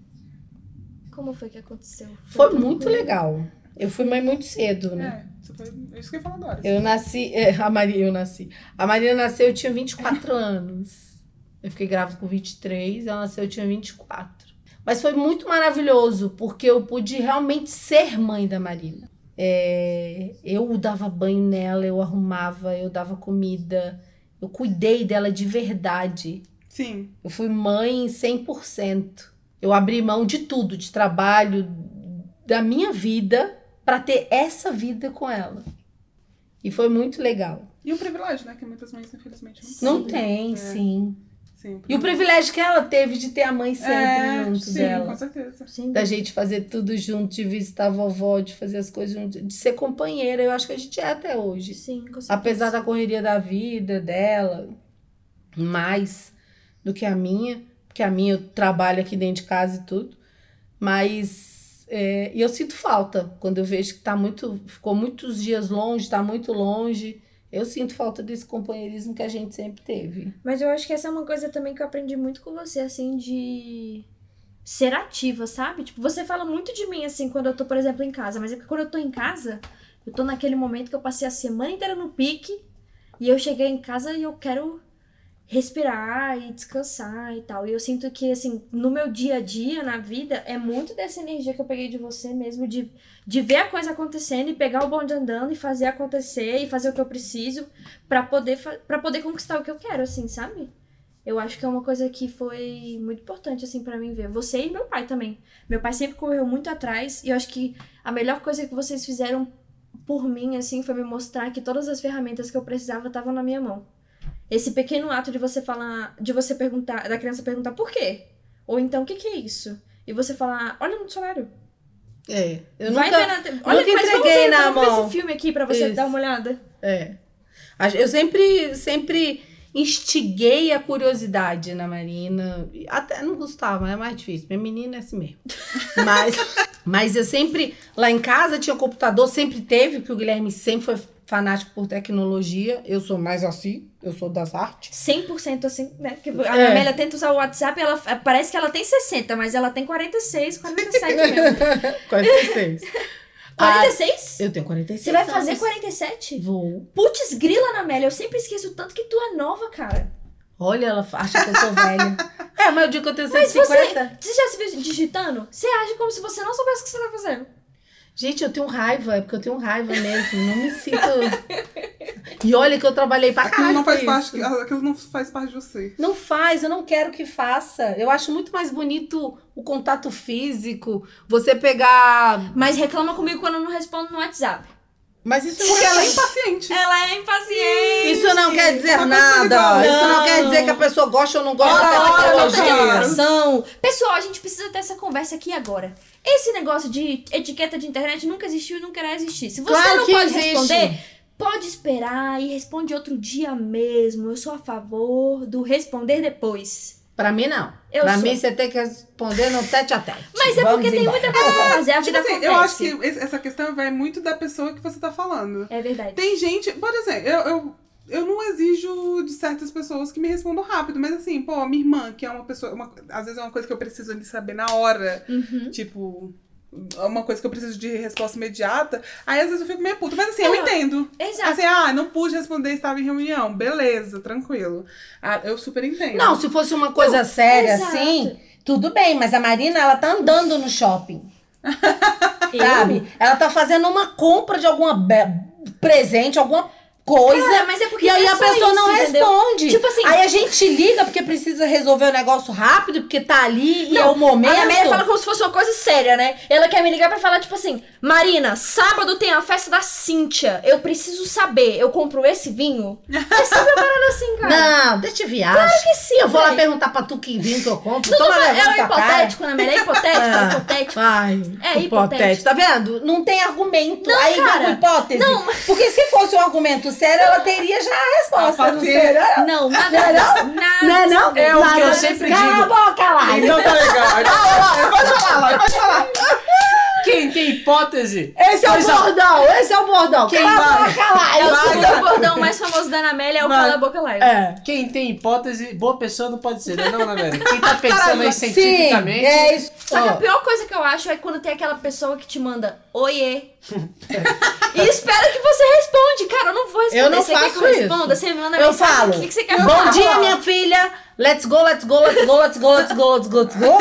S1: Como foi que aconteceu?
S2: Foi
S1: tranquilo?
S2: muito legal. Eu fui mãe muito cedo, né?
S3: É, você foi... é isso que eu ia falar agora.
S2: Eu nasci. é, A Maria, eu nasci. A Maria nasceu, eu tinha 24 anos. Eu fiquei grávida com 23, ela nasceu, eu tinha 24. Mas foi muito maravilhoso, porque eu pude realmente ser mãe da Marina. É, eu dava banho nela, eu arrumava, eu dava comida, eu cuidei dela de verdade.
S3: Sim.
S2: Eu fui mãe 100%. Eu abri mão de tudo, de trabalho, da minha vida, pra ter essa vida com ela. E foi muito legal.
S3: E um privilégio, né? Que muitas mães, infelizmente, não,
S2: Não
S1: Sim,
S2: tem,
S3: é.
S2: sim.
S3: Sim, né?
S2: E o privilégio que ela teve de ter a mãe sempre
S3: é,
S2: junto
S3: sim, com
S2: dela.
S3: certeza.
S1: Sim.
S2: Da gente fazer tudo junto, de visitar a vovó, de fazer as coisas junto, de ser companheira. Eu acho que a gente é até hoje.
S1: Sim, com certeza.
S2: apesar da correria da vida dela, mais do que a minha, porque a minha eu trabalho aqui dentro de casa e tudo, mas é, e eu sinto falta quando eu vejo que tá muito, ficou muitos dias longe, tá muito longe, eu sinto falta desse companheirismo que a gente sempre teve.
S1: Mas eu acho que essa é uma coisa também que eu aprendi muito com você, assim, de ser ativa, sabe? Tipo, você fala muito de mim, assim, quando eu tô, por exemplo, em casa, mas é que quando eu tô em casa, eu tô naquele momento que eu passei a semana inteira no pique e eu cheguei em casa e eu quero respirar e descansar e tal. E eu sinto que, assim, no meu dia a dia, na vida, é muito dessa energia que eu peguei de você mesmo, de, de ver a coisa acontecendo e pegar o bonde andando e fazer acontecer e fazer o que eu preciso pra poder para poder conquistar o que eu quero, assim, sabe? Eu acho que é uma coisa que foi muito importante assim pra mim ver. Você e meu pai também. Meu pai sempre correu muito atrás e eu acho que a melhor coisa que vocês fizeram por mim assim foi me mostrar que todas as ferramentas que eu precisava estavam na minha mão. Esse pequeno ato de você falar, de você perguntar, da criança perguntar por quê? Ou então o que que é isso? E você falar, olha no dicionário.
S2: É, eu
S1: Vai
S2: nunca,
S1: ver na te- Olha,
S2: nunca
S1: mas vamos
S2: entreguei
S1: ver,
S2: na
S1: vamos ver
S2: mão.
S1: esse filme aqui pra você
S2: Isso.
S1: dar uma olhada.
S2: É. A- Eu sempre, sempre instiguei a curiosidade na Marina. e Até no Gustavo, é mais difícil. Minha menina é assim mesmo. Mas, mas eu sempre. Lá em casa tinha computador, sempre teve, porque o Guilherme sempre foi fanático por tecnologia. Eu sou mais assim, eu sou das artes.
S1: 100% assim, né? Que a
S2: É.
S1: Amélia tenta usar o WhatsApp, ela parece que ela tem 60, mas ela tem 46, 47 mesmo.
S2: 46. Ah,
S1: 46?
S2: eu tenho 46.
S1: Você vai
S2: anos.
S1: fazer 47?
S2: Vou.
S1: Putz, grila na Amélia, eu sempre esqueço o tanto que tu é nova, cara.
S2: Olha, ela acha que eu sou velha. É, mas eu digo que eu tenho
S1: Mas você-
S2: 150.
S1: Você já se viu digitando? Você age como se você não soubesse o que você tá fazendo.
S2: Gente, eu tenho raiva, é porque eu tenho raiva mesmo. Não me sinto. E olha que eu trabalhei pra
S3: Aquilo
S2: caralho.
S3: não, faz
S2: com isso.
S3: parte, aquilo não faz parte de você.
S2: Não faz, eu não quero que faça. Eu acho muito mais bonito o contato físico, você pegar.
S1: Mas reclama comigo quando eu não respondo no WhatsApp.
S2: Mas isso não
S3: Porque ela é
S2: quer.
S3: impaciente.
S1: Ela é impaciente.
S2: Isso não quer dizer
S3: Tá
S2: nada.
S3: tudo igual.
S2: Isso não tá
S1: Não.
S2: quer dizer que a pessoa gosta ou não gosta
S3: Ora,
S2: da
S3: ora,
S1: Falta de
S3: Claro.
S2: tecnologia.
S1: educação. Pessoal, a gente precisa ter essa conversa aqui agora. Esse negócio de etiqueta de internet nunca existiu e nunca irá existir. Se você
S2: Claro
S1: não
S2: que
S1: pode
S2: existe.
S1: responder, Pode esperar e responde outro dia mesmo. Eu sou a favor do responder depois.
S2: Pra mim, não.
S1: Eu
S2: pra
S1: sou.
S2: mim, você tem que responder no tete a tete.
S1: Mas é
S2: Vamos
S1: porque tem
S2: embora.
S1: muita coisa pra fazer, a
S3: Tipo
S1: vida
S3: assim,
S1: acontece.
S3: eu acho que esse- essa questão vai muito da pessoa que você tá falando.
S1: É verdade.
S3: Tem gente, por exemplo, eu, eu, eu não exijo de certas pessoas que me respondam rápido, mas assim, pô, minha irmã, que é uma pessoa, uma- às vezes é uma coisa que eu preciso ali saber na hora,
S1: Uhum.
S3: tipo, é uma coisa que eu preciso de resposta imediata, aí às vezes eu fico meio puta, mas assim, eu
S1: Não.
S3: entendo.
S1: Exato.
S3: Assim, ah, não pude responder, estava em reunião, beleza, tranquilo. Ah, eu super entendo.
S2: Não, se fosse uma coisa séria
S1: exato.
S2: assim, tudo bem, mas a Marina, ela tá andando no shopping,
S1: Eu?
S2: sabe? Ela tá fazendo uma compra de alguma be- presente, alguma coisa.
S1: Cara, mas é porque
S2: e aí
S1: não é
S2: a
S1: só
S2: pessoa
S1: isso,
S2: não
S1: entendeu?
S2: responde.
S1: Tipo assim-
S2: Aí a gente liga porque precisa resolver o negócio rápido, porque tá ali e é o momento.
S1: Aí a Amélia fala como se fosse uma coisa séria, né? Ela quer me ligar pra falar, tipo assim, Marina, sábado tem a festa da Cíntia. Eu preciso saber, eu compro esse vinho? É sempre uma parada assim, cara.
S2: Não, deixa eu viajar. Claro
S1: que sim,
S2: Eu vou lá
S1: véi.
S2: perguntar pra tu que vinho que eu compro.
S1: Não tô
S2: Toma
S1: falando-
S2: levando
S1: é
S2: tua
S1: um
S2: cara. Ah.
S1: hipotético, né, Amélia? É hipotético, é hipotético.
S2: Ai,
S1: É
S2: hipotético.
S1: hipotético.
S2: Tá vendo? Não tem argumento. Aí vai
S1: cara.
S2: com hipótese.
S1: Não.
S2: Porque se fosse um argumento sério, ela teria já a resposta.
S3: Ah,
S2: Não
S3: pode
S2: será?
S1: Não, nada. Não, nada.
S2: Não é não?
S1: É
S2: Não,
S1: o que eu
S2: não.
S1: sempre
S2: Cala
S1: digo.
S2: a boca lá.
S3: Então tá legal. Pode falar, Lai, pode falar.
S5: Quem tem hipótese?
S2: Esse é o
S5: Pois é.
S2: bordão. Esse é o bordão.
S5: Quem
S2: Cala a
S5: vai?
S2: boca lá.
S1: É o
S2: Eu-
S1: segundo bordão mais famoso da Ana Amélia, é o
S5: Vai.
S1: Cala a Boca Live.
S2: É.
S5: Quem tem hipótese, boa pessoa não pode ser, né? Não, Navelli? Quem tá pensando aí
S2: Sim,
S5: cientificamente.
S2: é isso.
S1: Só que a
S2: Ó,
S1: pior coisa que eu acho é quando tem aquela pessoa que te manda oiê. e espera que você responde. Cara, eu não vou responder.
S2: Eu não
S1: você quer que
S2: faço
S1: eu
S2: isso.
S1: responda? Você me manda
S2: Eu
S1: mensagem.
S2: falo.
S1: é, O que, que você quer
S2: Bom
S1: falar?
S2: dia, minha filha. Let's go, let's go, let's go, let's go, let's go, let's go, let's go.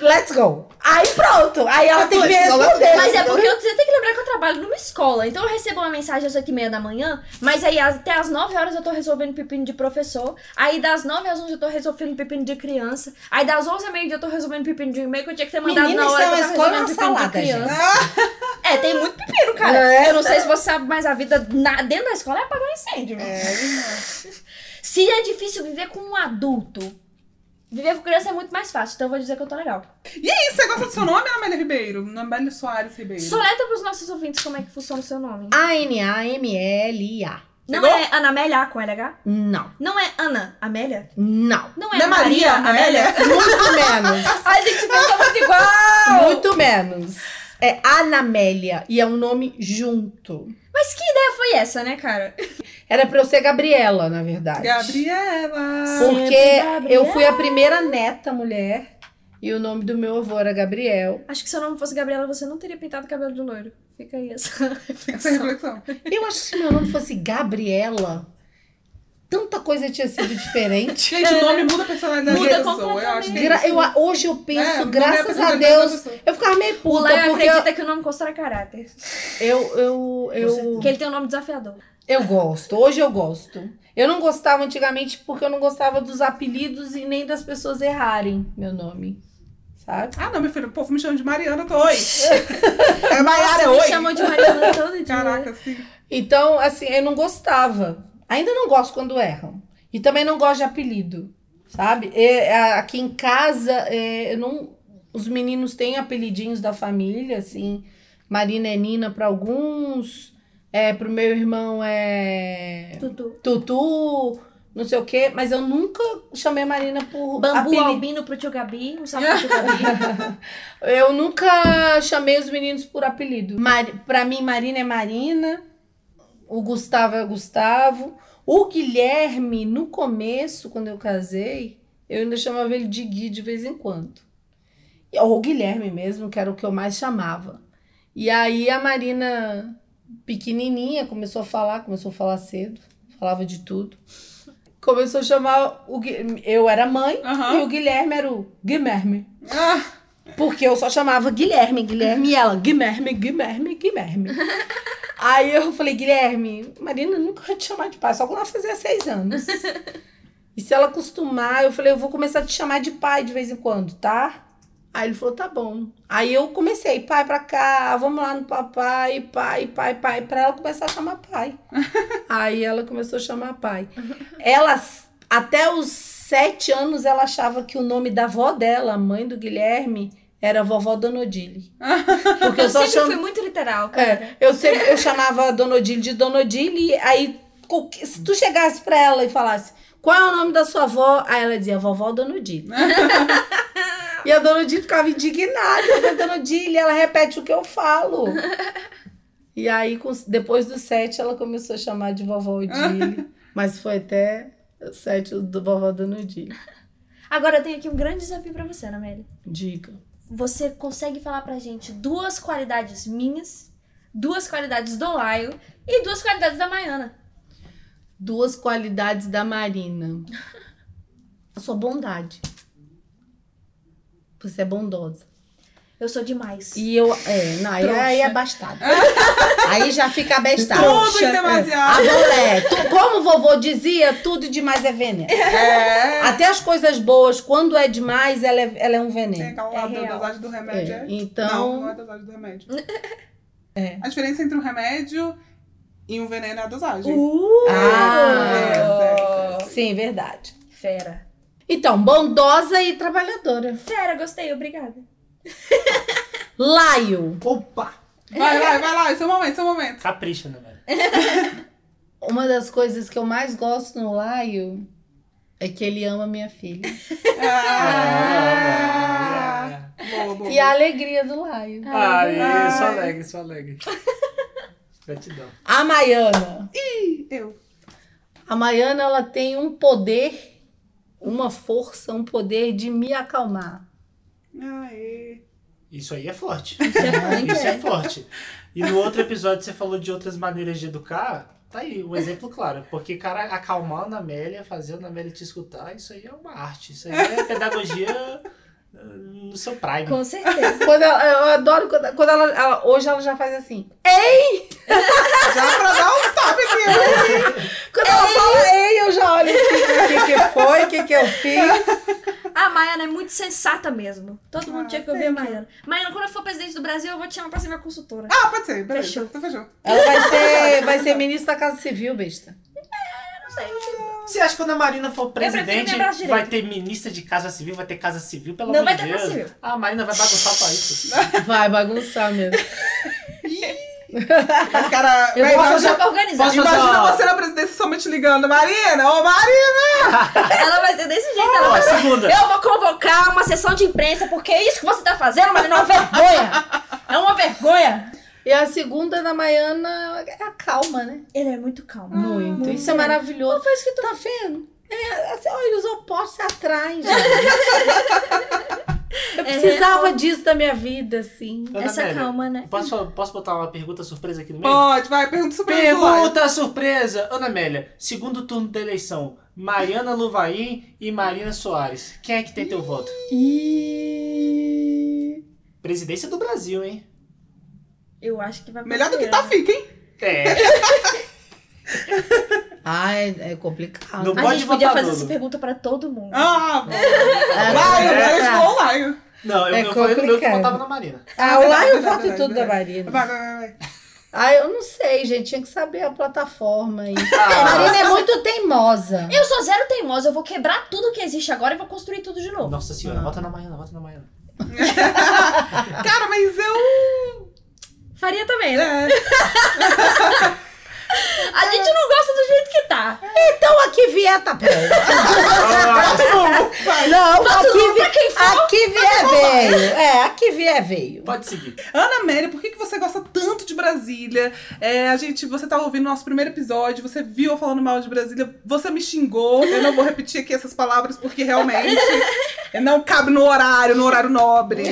S2: Let's go. Aí pronto. Aí ela tem que me
S3: Let's go, let's go.
S2: responder.
S1: Mas é porque eu, você tem que lembrar que eu trabalho numa escola. Então eu recebo uma mensagem às 8 e meia da manhã, mas aí às- até às 9 horas eu tô resolvendo pepino de professor. Aí das 9 às 11 eu tô resolvendo pepino de criança. Aí das 11 à meia eu tô resolvendo pepino de e-mail que eu tinha que ter mandado
S2: Menina,
S1: na hora
S2: isso é
S1: que
S2: uma
S1: eu
S2: escola
S1: tava
S2: ou
S1: resolvendo
S2: uma
S1: pepino de
S2: salada,
S1: criança.
S2: gente?
S1: É, tem muito pepino, cara.
S2: É.
S1: Eu não sei se você sabe, mas a vida na- dentro da escola é apagar incêndio.
S2: É.
S3: É
S1: Se é difícil viver com um adulto, viver com criança é muito mais fácil. Então eu vou dizer que eu tô legal.
S3: E você gosta do seu nome, Ana Amélia Ribeiro? é Amélia Soares Ribeiro.
S1: Soleta pros nossos ouvintes como é que funciona o seu nome.
S2: A-N-A-M-L-A.
S1: Não
S3: Pegou?
S1: é Ana Amélia A com LH?
S2: Não,
S1: Não é Ana Amélia?
S2: não.
S1: Não é
S3: Não é Maria Amélia?
S2: Muito menos.
S1: Ai, gente, pensa muito igual.
S2: Muito menos. É Anamélia. E é um nome junto.
S1: Mas que ideia foi essa, né, cara?
S2: Era pra eu ser Gabriela, na verdade.
S3: Gabriela.
S2: Porque
S1: Sempre Gabriela.
S2: eu fui a primeira neta mulher. E o nome do meu avô era Gabriel.
S1: Acho que se eu não fosse Gabriela, você não teria pintado o cabelo de loiro. Fica aí essa
S3: Essa é
S1: reflexão.
S3: reflexão.
S2: Eu acho que se meu nome fosse Gabriela, tanta coisa tinha sido diferente.
S3: Gente, o nome muda a personalidade
S1: Muda
S3: da pessoa. Eu acho que é
S2: é. Gra-
S3: isso.
S2: eu a- hoje eu
S3: É, o
S2: penso,
S3: nome é
S2: graças a
S3: personalidade da
S2: Deus.
S3: pessoa.
S2: Eu ficava meio
S1: O
S2: puta,
S1: Lai
S2: porque
S1: é Então, acredita que o nome constrói caráter.
S2: eu, eu, eu,
S1: Que ele tem um nome desafiador.
S2: eu gosto. Hoje eu gosto. Eu não gostava antigamente porque eu não gostava dos apelidos e nem das pessoas errarem meu nome. Sabe?
S3: Ah, não, meu filho. O povo me chama de Mariana Toi. é
S1: Nossa,
S5: Ah,
S3: Maiara
S1: me
S3: Oi.
S1: chamam de Mariana todo dia.
S3: Caraca, assim.
S2: Então, assim, eu não gostava. Ainda não gosto quando erram. E também não gosto de apelido, sabe? E, a- aqui em casa, é, eu não, os meninos têm apelidinhos da família, assim. Marina é Nina para alguns. É, pro meu irmão é
S1: Tutu.
S2: Tutu, não sei o quê. Mas eu nunca chamei Marina por
S1: Bambu
S2: apelido.
S1: albino pro tio Gabi. Um salve pro tio Gabi.
S2: Eu nunca chamei os meninos por apelido. Mari, pra mim, Marina é Marina. O Gustavo é Gustavo. O Guilherme, no começo, quando eu casei, eu ainda chamava ele de Gui de vez em quando. E- Ou o Guilherme mesmo, que era o que eu mais chamava. E aí a Marina, pequenininha, começou a falar, começou a falar cedo, falava de tudo. Começou a chamar o Gui- eu era mãe e
S3: Aham.
S2: o Guilherme era o Guilherme.
S3: Ah,
S2: Porque eu só chamava Guilherme, Guilherme e ela, Guilherme, Guilherme, Guilherme. Aí eu falei, Guilherme, Marina nunca vai te chamar de pai, só quando ela fizer seis anos. E se ela acostumar, eu falei, eu vou começar a te chamar de pai de vez em quando, tá? Aí ele falou, tá bom. Aí eu comecei, pai pra cá, vamos lá no papai, pai, pai, pai, pra ela começar a chamar pai. Aí ela começou a chamar pai. Ela, até os sete anos, ela achava que o nome da avó dela, a mãe do Guilherme, Era a vovó Dona Odile. Porque eu só
S1: sempre
S2: chamo...
S1: fui muito literal, cara.
S2: É, eu, sempre, eu chamava a Dona Odile de Dona Odile, aí qualquer- se tu chegasse pra ela e falasse qual é o nome da sua avó, aí ela dizia vovó Dona Odile. e a Dona Odile ficava indignada, eu falei, Dona Odile, ela repete o que eu falo. E aí, com- depois do sete, ela começou a chamar de vovó Odile, mas foi até o sete do vovó Dona Odile.
S1: Agora eu tenho aqui um grande desafio pra você, Ana Amélia.
S2: Diga.
S1: Você consegue falar pra gente duas qualidades minhas, duas qualidades do Laio e duas qualidades da Maiana.
S2: Duas qualidades da Marina. A sua bondade. Você é bondosa.
S1: Eu sou demais.
S2: E eu. É, não, aí,
S1: Trouxa.
S2: aí é bastada. aí já fica abestado.
S3: Tudo em
S2: A
S3: demasiado.
S2: bolé. Tu, como o vovô dizia, tudo demais é veneno.
S3: É.
S2: Até as coisas boas, quando é demais, ela é, ela é um
S3: Tem
S2: veneno.
S3: aquela lá
S1: É
S3: da
S1: real.
S3: dosagem do remédio.
S2: É,
S3: é? Não, não
S2: então.
S3: é dosagem do remédio. A diferença entre um remédio e um veneno é a dosagem.
S1: Uh!
S3: é
S2: Ah, sim, verdade.
S1: Fera.
S2: Então, bondosa e trabalhadora.
S1: Fera, gostei, obrigada.
S2: Laio.
S5: Opa!
S3: Vai, vai, vai lá, esse é o momento, esse é o momento.
S5: Capricha, né, Ana Amélia.
S2: Uma das coisas que eu mais gosto no Laio é que ele ama minha filha.
S3: Ah,
S5: Ah, é.
S3: boa, boa.
S2: E a alegria do Laio.
S5: Ai,
S3: Ai.
S5: sou alegre, sou alegre. Gratidão.
S2: A Maiana.
S3: Eu.
S2: A Maiana, ela tem um poder, uma força, um poder de me acalmar.
S3: Aê.
S5: Isso aí é forte.
S1: Isso é muito
S5: Isso é
S1: é.
S5: forte. E no outro episódio você falou de outras maneiras de educar. Tá aí, um exemplo claro. Porque, cara, acalmar a Ana Amélia, fazer a Ana Amélia te escutar, isso aí é uma arte. Isso aí é pedagogia eh, no seu prime.
S1: Com certeza.
S2: Quando ela- eu adoro quando, quando ela, ela- Hoje ela já faz assim.
S3: Já pra dar um stop aqui.
S2: Quando ela fala ei, eu já olho assim. O que, que foi? O que, que eu fiz?
S1: A Maiana é muito sensata mesmo. Todo
S3: Ah,
S1: mundo tinha que ouvir a Maiana. Maiana, quando eu for presidente do Brasil, eu vou te chamar pra ser minha consultora.
S3: Ah, pode ser. Peraí,
S1: Fechou.
S3: então fechou.
S2: Ela vai ser, vai ser ministra da Casa Civil, besta.
S5: Você acha que quando a Marina for
S1: prefiro
S5: presidente,
S1: meu braço
S5: vai
S1: direito.
S5: ter ministra de casa civil, vai ter casa civil, pelo
S1: Não
S5: amor
S1: vai
S5: de
S1: ter
S5: Deus. Ah,
S1: casa civil.
S5: A Marina vai bagunçar o país.
S2: Vai bagunçar mesmo.
S3: Mas, cara,
S1: Eu
S3: vai,
S1: vou
S3: imagina,
S1: arranjar pra organizar.
S5: posso-
S3: imagina
S5: fazer uma-
S3: você na presidência somente ligando. Marina, ô Marina!
S1: Ela vai ser desse jeito. Ela
S5: Ó,
S1: vai ser...
S5: segunda.
S1: Eu vou convocar uma sessão de imprensa, porque isso que você tá fazendo, Marina, é uma vergonha. É uma vergonha.
S2: E a segunda da Maiana é a calma, né?
S1: Ele é muito calmo.
S2: Muito. Isso é maravilhoso. Não faz que tu tá vendo? É, assim, olha, os opostos se atraem, gente. É. Eu precisava disso da minha vida, assim.
S5: Ana
S1: Essa
S5: Amélia,
S1: calma, né?
S5: Posso, posso botar uma pergunta surpresa aqui no meio?
S3: Pode, vai, pergunta super Pergunta.
S5: Pergunta surpresa! Ana Amélia, segundo turno da eleição, Mariana Luvaim e Marina Soares. Quem é que tem teu voto? Presidência do Brasil, hein?
S1: Eu acho que vai pra
S3: Melhor do que
S1: Maiana.
S3: tá fica, hein?
S5: É.
S2: Ah, é, é complicado.
S5: No-
S1: A
S5: Pode
S1: gente podia
S5: votar,
S1: fazer
S5: Bruno.
S1: essa pergunta pra todo mundo.
S3: Ah,
S2: Ah,
S3: vai, eu
S2: é,
S3: eu
S2: tá.
S3: estou lá. eu-
S5: Não, eu,
S2: É
S5: eu falei no meu que
S2: complicado.
S5: votava na Marina.
S2: Ah, lá eu voto em
S3: Vai, vai,
S2: tudo da
S3: vai.
S2: Marina.
S3: Vai, vai, vai, vai.
S2: Ah, eu não sei, gente. Tinha que saber a plataforma aí. A
S5: Ah,
S2: Marina é muito teimosa.
S1: Eu sou zero teimosa, eu vou quebrar tudo que existe agora e vou construir tudo de novo.
S5: nossa senhora, vota na Mariana, vota na Mariana.
S3: Cara, mas eu.
S1: Faria também, né?
S3: é,
S1: A gente não gosta do jeito que tá.
S2: Então aqui vier, tá pronto. Ah.
S3: vai.
S2: Não, Tá
S1: Tá tudo bom
S2: aqui,
S1: pra quem
S2: vi... aqui vier veio. É, aqui vier veio.
S5: Pode seguir.
S3: Ana Amélia, por que, que você gosta tanto de Brasília? É, a gente, você tá ouvindo nosso primeiro episódio, você viu eu falando mal de Brasília, você me xingou. Eu não vou repetir aqui essas palavras porque realmente não cabe no horário, no horário nobre.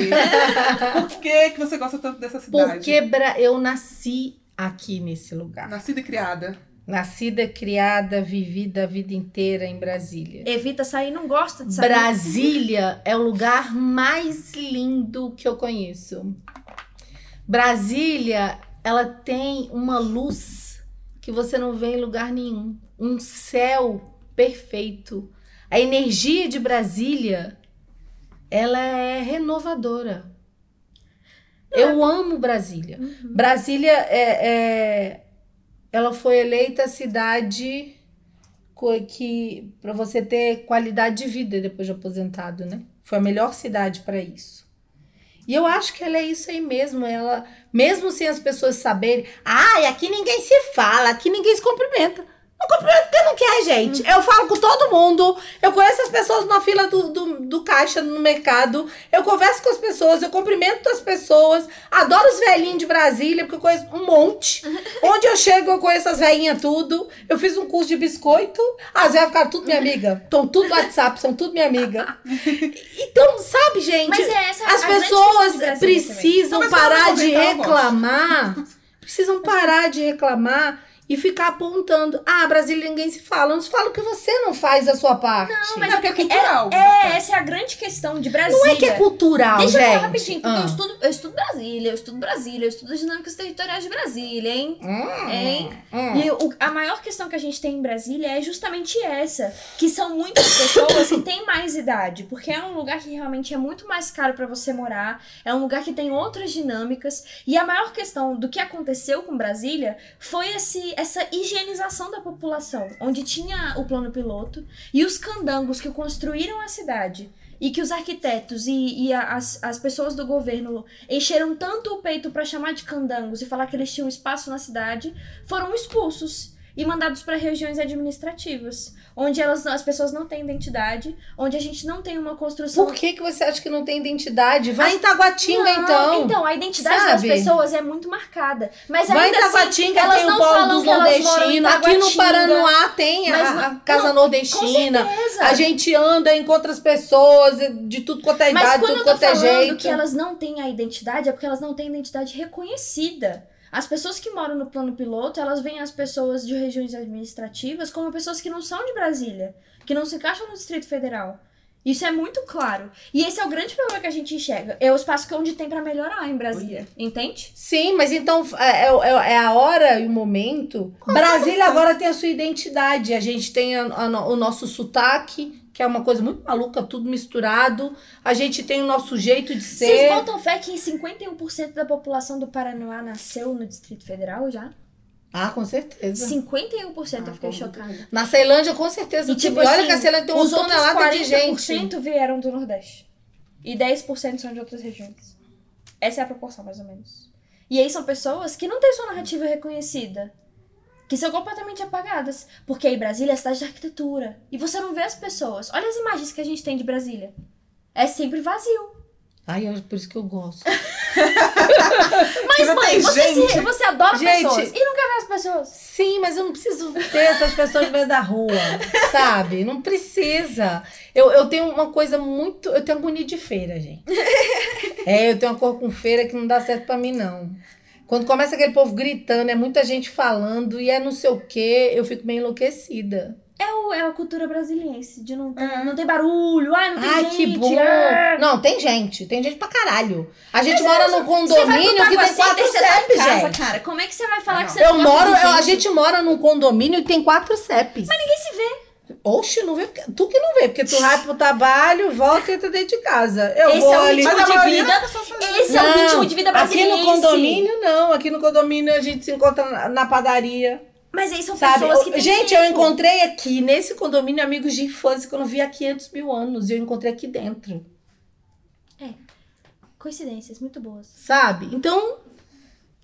S3: Por que, que você gosta tanto dessa cidade?
S2: Porque Bra- eu nasci aqui nesse lugar.
S3: Nascida e criada.
S2: Nascida, criada, vivida a vida inteira em Brasília.
S1: Evita sair, não gosta de sair.
S2: Brasília é o lugar mais lindo que eu conheço. Brasília, ela tem uma luz que você não vê em lugar nenhum, um céu perfeito. A energia de Brasília, ela é renovadora. Eu amo Brasília. Brasília é, é- ela foi eleita a cidade co- que para você ter qualidade de vida depois de aposentado, né? Foi a melhor cidade para isso. E eu acho que ela é isso aí mesmo. Ela, mesmo sem as pessoas saberem, ai, aqui ninguém se fala, aqui ninguém se cumprimenta. Não cumprimenta porque não quer, gente. Eu falo com todo mundo. Eu conheço as pessoas na fila do, do, do caixa no mercado. Eu converso com as pessoas, eu cumprimento as pessoas. Adoro os velhinhos de Brasília, porque eu conheço um monte. Onde eu chego, eu conheço as velhinhas tudo. Eu fiz um curso de biscoito. As velhas ficaram tudo minha amiga. Estão tudo no WhatsApp, são tudo minha amiga. Então, sabe, gente?
S1: Mas é essa
S2: As
S1: a grande questão de
S2: pessoas
S1: Brasília assim também.
S2: precisam
S3: Mas
S2: parar
S3: vamos
S1: um
S2: de
S3: aproveitar, eu gosto.
S2: reclamar. Precisam parar de reclamar e ficar apontando. Ah, Brasília ninguém se fala. Não se fala que você não faz a sua parte. Não,
S1: mas
S3: é porque é cultural.
S1: É, essa é a grande questão de Brasília.
S2: é que é cultural,
S1: Deixa eu
S2: gente.
S1: falar rapidinho, porque
S2: Ah.
S1: eu, estudo, eu estudo Brasília, eu estudo Brasília, eu estudo dinâmicas territoriais de Brasília, hein?
S2: Hum,
S1: Hein?
S2: hum.
S1: E o- a maior questão que a gente tem em Brasília é justamente essa, que são muitas pessoas que têm mais idade, porque é um lugar que realmente é muito mais caro pra você morar, é um lugar que tem outras dinâmicas, e a maior questão do que aconteceu com Brasília foi esse, essa higienização da população, onde tinha o plano piloto e os candangos que construíram a cidade. E que os arquitetos e, e a- as, as pessoas do governo encheram tanto o peito pra chamar de candangos e falar que eles tinham espaço na cidade, foram expulsos e mandados para regiões administrativas, onde elas, as pessoas não têm identidade, onde a gente não tem uma construção.
S2: Por que, que você acha que não tem identidade? Vai em Taguatinga,
S1: Não,
S2: então.
S1: Então, a identidade das
S2: sabe?
S1: pessoas é muito marcada. Mas
S2: Vai em
S1: ainda assim,
S2: Taguatinga,
S1: elas
S2: tem o
S1: não
S2: polo
S1: falam
S2: dos
S1: que elas moram em
S2: nordestinos. Aqui
S1: Taguatinga.
S2: no Paranoá tem
S1: Mas
S2: a, a
S1: não-
S2: Casa Nordestina.
S1: Beleza.
S2: A gente anda, encontra as pessoas de tudo quanto é
S1: Mas
S2: idade,
S1: quando
S2: tudo
S1: eu tô
S2: quanto é
S1: falando
S2: jeito.
S1: que elas não têm a identidade, é porque elas não têm identidade reconhecida. As pessoas que moram no plano piloto, elas veem as pessoas de regiões administrativas como pessoas que não são de Brasília, que não se encaixam no Distrito Federal. Isso é muito claro. E esse é o grande problema que a gente enxerga. É o espaço que onde tem pra melhorar em Brasília. Entende?
S2: Sim, mas então é, é- é- é a hora e o momento.
S1: é
S2: Brasília agora tem a sua identidade. A gente tem a- a no- o nosso sotaque, que é uma coisa muito maluca, tudo misturado. A gente tem o nosso jeito de
S1: Vocês
S2: ser.
S1: botam fé que 51% da população do Paraná nasceu no Distrito Federal já?
S2: Ah, com certeza.
S1: 51% eu fiquei
S2: Ah,
S1: chocada.
S2: Na Ceilândia, com certeza.
S1: E,
S2: Tipo,
S1: tipo
S2: e olha
S1: assim,
S2: que a Ceilândia tem uma
S1: Os outros
S2: tonelada de gente.
S1: 40% vieram do Nordeste. E 10% são de outras regiões. Essa é a proporção, mais ou menos. E aí são pessoas que não têm sua narrativa reconhecida. Que são completamente apagadas. Porque aí Brasília é cidade de arquitetura. E você não vê as pessoas. Olha as imagens que a gente tem de Brasília. É sempre vazio.
S2: Ai, é por isso que eu gosto.
S3: Mas,
S1: Mas, mãe, você, se- você adora
S2: Gente.
S1: pessoas. E nunca vê as pessoas.
S2: Sim, mas eu não preciso ter essas pessoas no meio da rua, sabe? Não precisa. Eu, eu tenho uma coisa muito. Eu tenho agonia de feira, gente. É, eu tenho uma cor com feira que não dá certo pra mim, não. Quando começa aquele povo gritando, é muita gente falando e é não sei o quê, eu fico meio enlouquecida.
S1: É, o- é a cultura brasiliense. De não ter,
S2: Uhum.
S3: É.
S1: não tem barulho. Ai, não tem
S2: Ai,
S1: gente.
S2: que bom!
S1: ah.
S2: Não, tem gente. Tem gente pra caralho. A gente mora
S1: Você vai
S2: num
S1: pro
S2: condomínio que tem
S1: Taguacenta
S2: quatro
S1: e você tá em
S2: CEPs,
S1: casa,
S2: gente.
S1: cara. Como é que você vai falar
S3: Não.
S1: que você
S2: Eu
S1: não
S2: moro,
S1: gosta de
S2: eu- a
S1: gente?
S2: gente mora num condomínio que tem quatro CEPs. Mas ninguém
S1: se
S2: vê. Oxe, não vê. porque- Tu que não vê, porque tu vai pro trabalho, volta e entra dentro de casa. Eu
S1: Esse
S2: vou
S1: é o
S2: ali.
S1: ritmo
S3: Mas a
S1: de
S3: maioria
S1: vida.
S3: das pessoas faz isso.
S1: Esse é o
S2: Não,
S1: ritmo de vida
S2: Aqui
S1: brasileira.
S2: no condomínio, não. Aqui no condomínio a gente se encontra na- na padaria.
S1: Mas aí são
S2: Sabe?
S1: pessoas que
S2: Eu-
S1: têm
S2: gente, eu
S1: tempo.
S2: encontrei aqui, nesse condomínio, amigos de infância que eu não vi há 500 mil anos. E eu encontrei aqui dentro.
S1: Coincidências muito boas.
S2: Sabe? Então.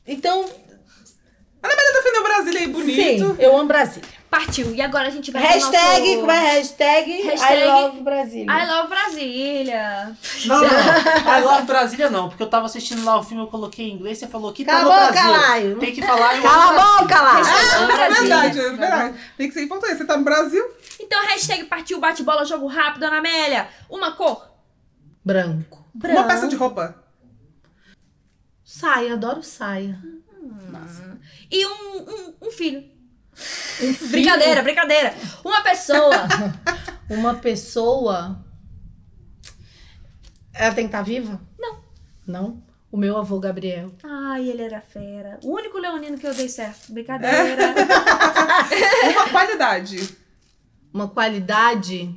S2: Então,
S3: Você defendeu o Brasília aí bonito.
S2: sim, eu amo Brasília.
S1: Partiu. E agora a gente vai pro
S2: Hashtag,
S1: nosso...
S2: como é? Hashtag,
S1: Hashtag
S2: I love Brasília.
S1: I love Brasília.
S5: Não, não. I love Brasília não, porque eu tava assistindo lá o filme, eu coloquei em inglês, você falou que tá no
S2: Cala a boca,
S5: Brasil.
S2: Laio.
S5: Tem que falar em
S2: Cala a boca, Laio.
S3: É
S1: Brasília.
S3: verdade, é verdade. Tem que ser importante. Você tá no Brasil?
S1: Então, hashtag partiu, bate bola, jogo rápido, Ana Amélia. Uma cor.
S2: Branco.
S1: Branco.
S3: Uma peça de roupa.
S2: Saia, adoro saia.
S1: E um, um, um filho.
S2: Um
S1: Brincadeira, brincadeira. Uma pessoa.
S2: Uma pessoa. Ela tem que estar viva?
S1: Não.
S2: Não? O meu avô Gabriel.
S1: Ai, ele era fera. O único leonino que eu dei certo. Brincadeira.
S3: Uma qualidade.
S2: Uma qualidade.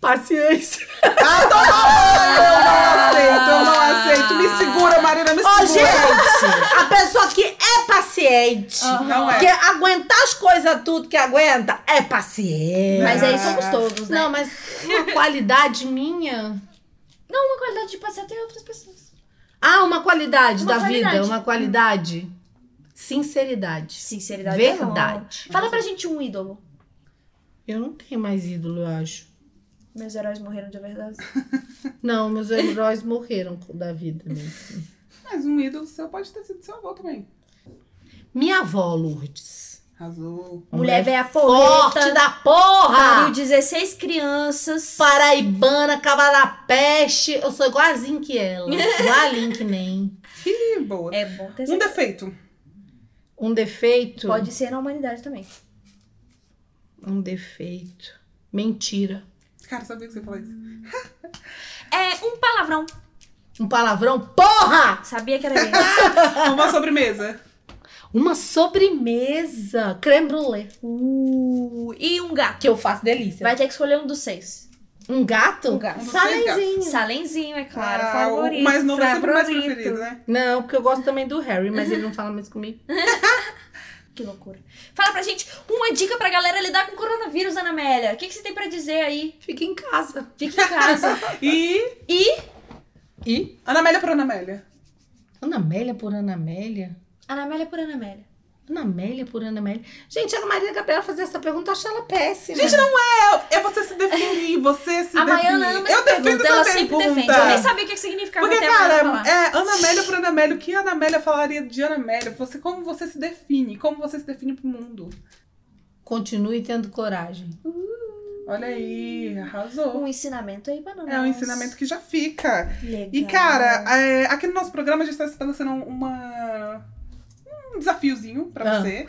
S2: Paciência.
S3: Ah, tô não aceito, eu não aceito. Me segura, Marina, me
S2: Ô,
S3: segura.
S2: gente! A pessoa que é paciente.
S3: Não
S2: Que
S3: é.
S2: aguentar as coisas tudo que aguenta é paciente.
S1: Mas aí somos é todos, né?
S2: Não, mas uma qualidade minha.
S1: Não, uma qualidade de passar tem outras pessoas.
S2: Ah, uma qualidade
S1: Uma
S2: da vida,
S1: qualidade.
S2: uma qualidade. Sinceridade.
S4: Sinceridade.
S1: é
S2: Verdade.
S1: Fala pra gente um ídolo.
S2: Eu não tenho mais ídolo, eu acho.
S1: Meus heróis morreram de verdade.
S2: Não, meus heróis morreram da vida mesmo.
S3: Mas um ídolo seu pode ter sido seu avô também.
S2: Minha avó, Lourdes.
S3: Arrasou.
S1: Mulher velha porreta.
S2: Forte da
S1: Pariu
S2: porra!
S1: 16 crianças.
S2: Paraibana, cava da peste. Eu sou igualzinho que ela. Igualinho que nem.
S3: Que boa.
S1: É bom ter
S3: um
S1: certeza.
S3: defeito.
S2: Um defeito?
S1: Pode ser na humanidade também.
S2: Um defeito. Mentira.
S3: Cara, sabia que você ia falar isso?
S1: É um palavrão.
S2: Um palavrão? Porra!
S1: Sabia que era isso.
S3: Uma sobremesa.
S2: Uma sobremesa. Creme brulee.
S1: uh, e um gato.
S2: Que eu faço delícia.
S1: Vai ter que escolher um dos seis.
S2: Um gato?
S1: Um gato.
S3: Um dos seis
S2: Salenzinho.
S1: Salenzinho, é claro.
S3: Ah,
S1: favorito.
S3: o mais novo é sempre o mais
S1: favorito.
S3: preferido, né?
S2: Não, porque eu gosto também do Harry, mas ele não fala mais comigo.
S1: Que loucura. Fala pra gente uma dica pra galera lidar com o coronavírus, Ana Amélia. O que, que você tem pra dizer aí?
S2: Fica em casa.
S1: Fique em casa.
S3: E
S1: e
S2: E?
S3: Anamélia por Anamélia.
S2: Anamélia por Anamélia?
S1: Ana Amélia é por Ana Amélia.
S2: Anamélia por Anamélia? Gente, a Ana Maria Gabriela fazer essa pergunta, eu acho ela péssima.
S3: Gente, não é! É você se definir, você se
S1: A
S3: definir.
S1: Maiana ama
S3: Eu
S1: essa
S3: defendo
S1: pergunta,
S3: essa
S1: ela sempre
S3: pergunta.
S1: defende. Eu nem sabia o que que significava
S3: Porque,
S1: até agora
S3: cara,
S1: falar.
S3: é, Ana Amélia por Ana Amélia, o que a Ana Amélia falaria de Ana Amélia? Você, como você se define? Como você se define pro mundo?
S2: Continue tendo coragem.
S3: Olha aí, arrasou.
S1: Um ensinamento aí pra nós.
S3: É um ensinamento que já fica.
S1: Legal.
S3: E, cara, é, aqui no nosso programa a gente tá estabelecendo uma, um desafiozinho pra
S2: Ah.
S3: você.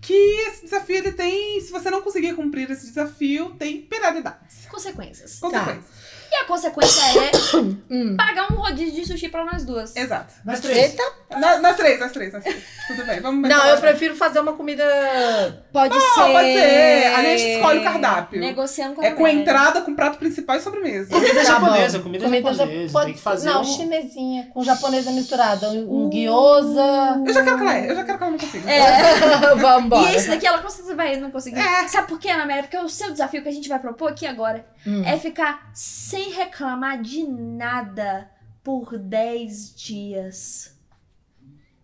S3: Que esse desafio ele tem. Se você não conseguir cumprir esse desafio, tem penalidades.
S1: Consequências.
S3: Consequências.
S1: E a consequência é
S2: Hum.
S1: pagar um rodízio de sushi pra nós duas.
S3: Exato.
S5: Mas três.
S2: Eita. tá
S3: Na- Nós três, nós três, nós três. Tudo bem, vamos
S2: Não, eu
S3: prefiro.
S2: prefiro fazer uma comida. Ah,
S1: Pode
S3: Não, pode ser. A gente escolhe o cardápio.
S1: Negociando com a
S3: É com
S1: Amélia.
S3: entrada, com prato principal e sobremesa.
S5: Comida
S2: Tá
S5: japonesa,
S2: bom.
S5: comida,
S2: ja-
S5: japonesa.
S2: pode
S5: Tem que fazer
S2: Não,
S5: um...
S2: chinesinha, com japonesa misturada. Um, um gyoza.
S3: Eu já quero que ela é, eu já quero que ela não consiga.
S1: É.
S2: Vambora.
S1: E esse daqui ela com certeza vai não conseguir.
S3: É.
S1: Sabe por quê, Ana Amélia? Porque o seu desafio que a gente vai propor aqui agora
S2: Hum.
S1: é ficar sem reclamar de nada por 10 dias.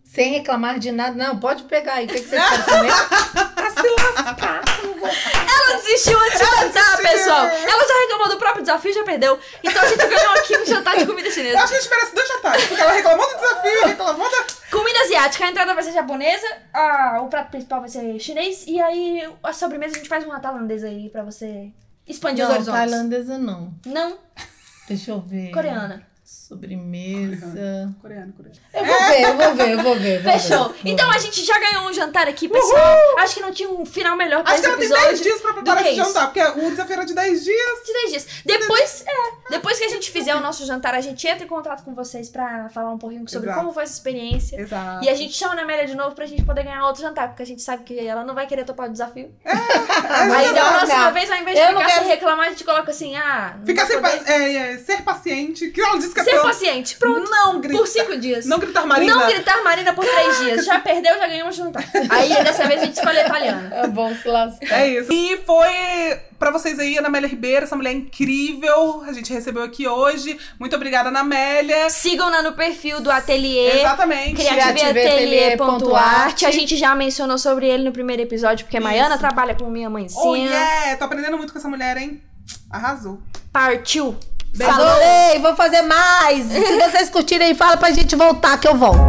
S2: Sem reclamar de nada. Não, pode pegar aí. O que, que vocês querem comer?
S1: Ela desistiu antes de jantar,
S3: desistiu.
S1: pessoal. Ela já reclamou do próprio desafio, já perdeu. Então a gente ganhou aqui um jantar de comida
S3: Eu
S1: chinesa.
S3: acho que a gente merece dois jantares, porque ela reclamou do desafio, reclamou da.
S1: Comida asiática, a entrada vai ser japonesa, a- o prato principal vai ser chinês, e aí a sobremesa a gente faz uma tailandesa aí pra você expandir os
S2: Não,
S1: horizontes.
S2: tailandesa não.
S1: Não,
S2: Deixa eu ver.
S1: coreana.
S2: Sobremesa. É.
S3: Coreano, coreano.
S2: Eu vou ver, eu vou ver, eu vou ver. eu vou
S1: Fechou.
S2: ver.
S1: Então a gente já ganhou um jantar aqui, pessoal. Acho que não tinha um final melhor pra
S3: Acho que
S1: esse
S3: ela tem
S1: episódio.
S3: 10 dias pra preparar
S1: que
S3: esse
S1: isso.
S3: jantar, porque o desafio era de 10 dias.
S1: de 10 dias. Depois, é, depois que a gente fizer o nosso jantar, a gente entra em contato com vocês pra falar um pouquinho sobre
S3: Exato.
S1: como foi essa experiência.
S3: Exato.
S1: E a gente chama a Ana Amélia de novo pra gente poder ganhar outro jantar, porque a gente sabe que ela não vai querer topar o desafio. Aí
S2: Mas
S1: da
S2: não,
S1: próxima
S2: não.
S1: vez, ao invés de
S2: Eu não
S1: ficar
S2: quero-
S1: sem reclamar, a gente coloca assim, ah, não
S3: Ficar
S1: vou
S3: sem
S1: poder-
S3: pa- é, é, ser paciente, que ela disse que é
S1: ser
S3: pelo-
S1: paciente. Pronto.
S3: Não gritar.
S1: Por cinco dias.
S3: Não gritar, Marina.
S1: Não gritar Marina por três dias. Já perdeu, já ganhou um jantar. Aí dessa vez a gente escolhe a italiana.
S2: É bom se lascar.
S3: É isso. E foi pra vocês aí, Ana Amélia Ribeiro, essa mulher incrível. A gente recebeu aqui hoje. Muito obrigada, Ana Amélia.
S1: Sigam-na no perfil do ateliê.
S3: Exatamente.
S1: Criativeatelier.art. A gente já mencionou sobre ele no primeiro episódio, porque a Maiana
S3: Isso.
S1: trabalha com minha mãezinha.
S3: Oh, yeah! Tô aprendendo muito com essa mulher, hein? Arrasou.
S1: Partiu! Falou!
S2: Adorei, vou fazer mais. Se vocês curtirem, fala pra gente voltar que eu volto.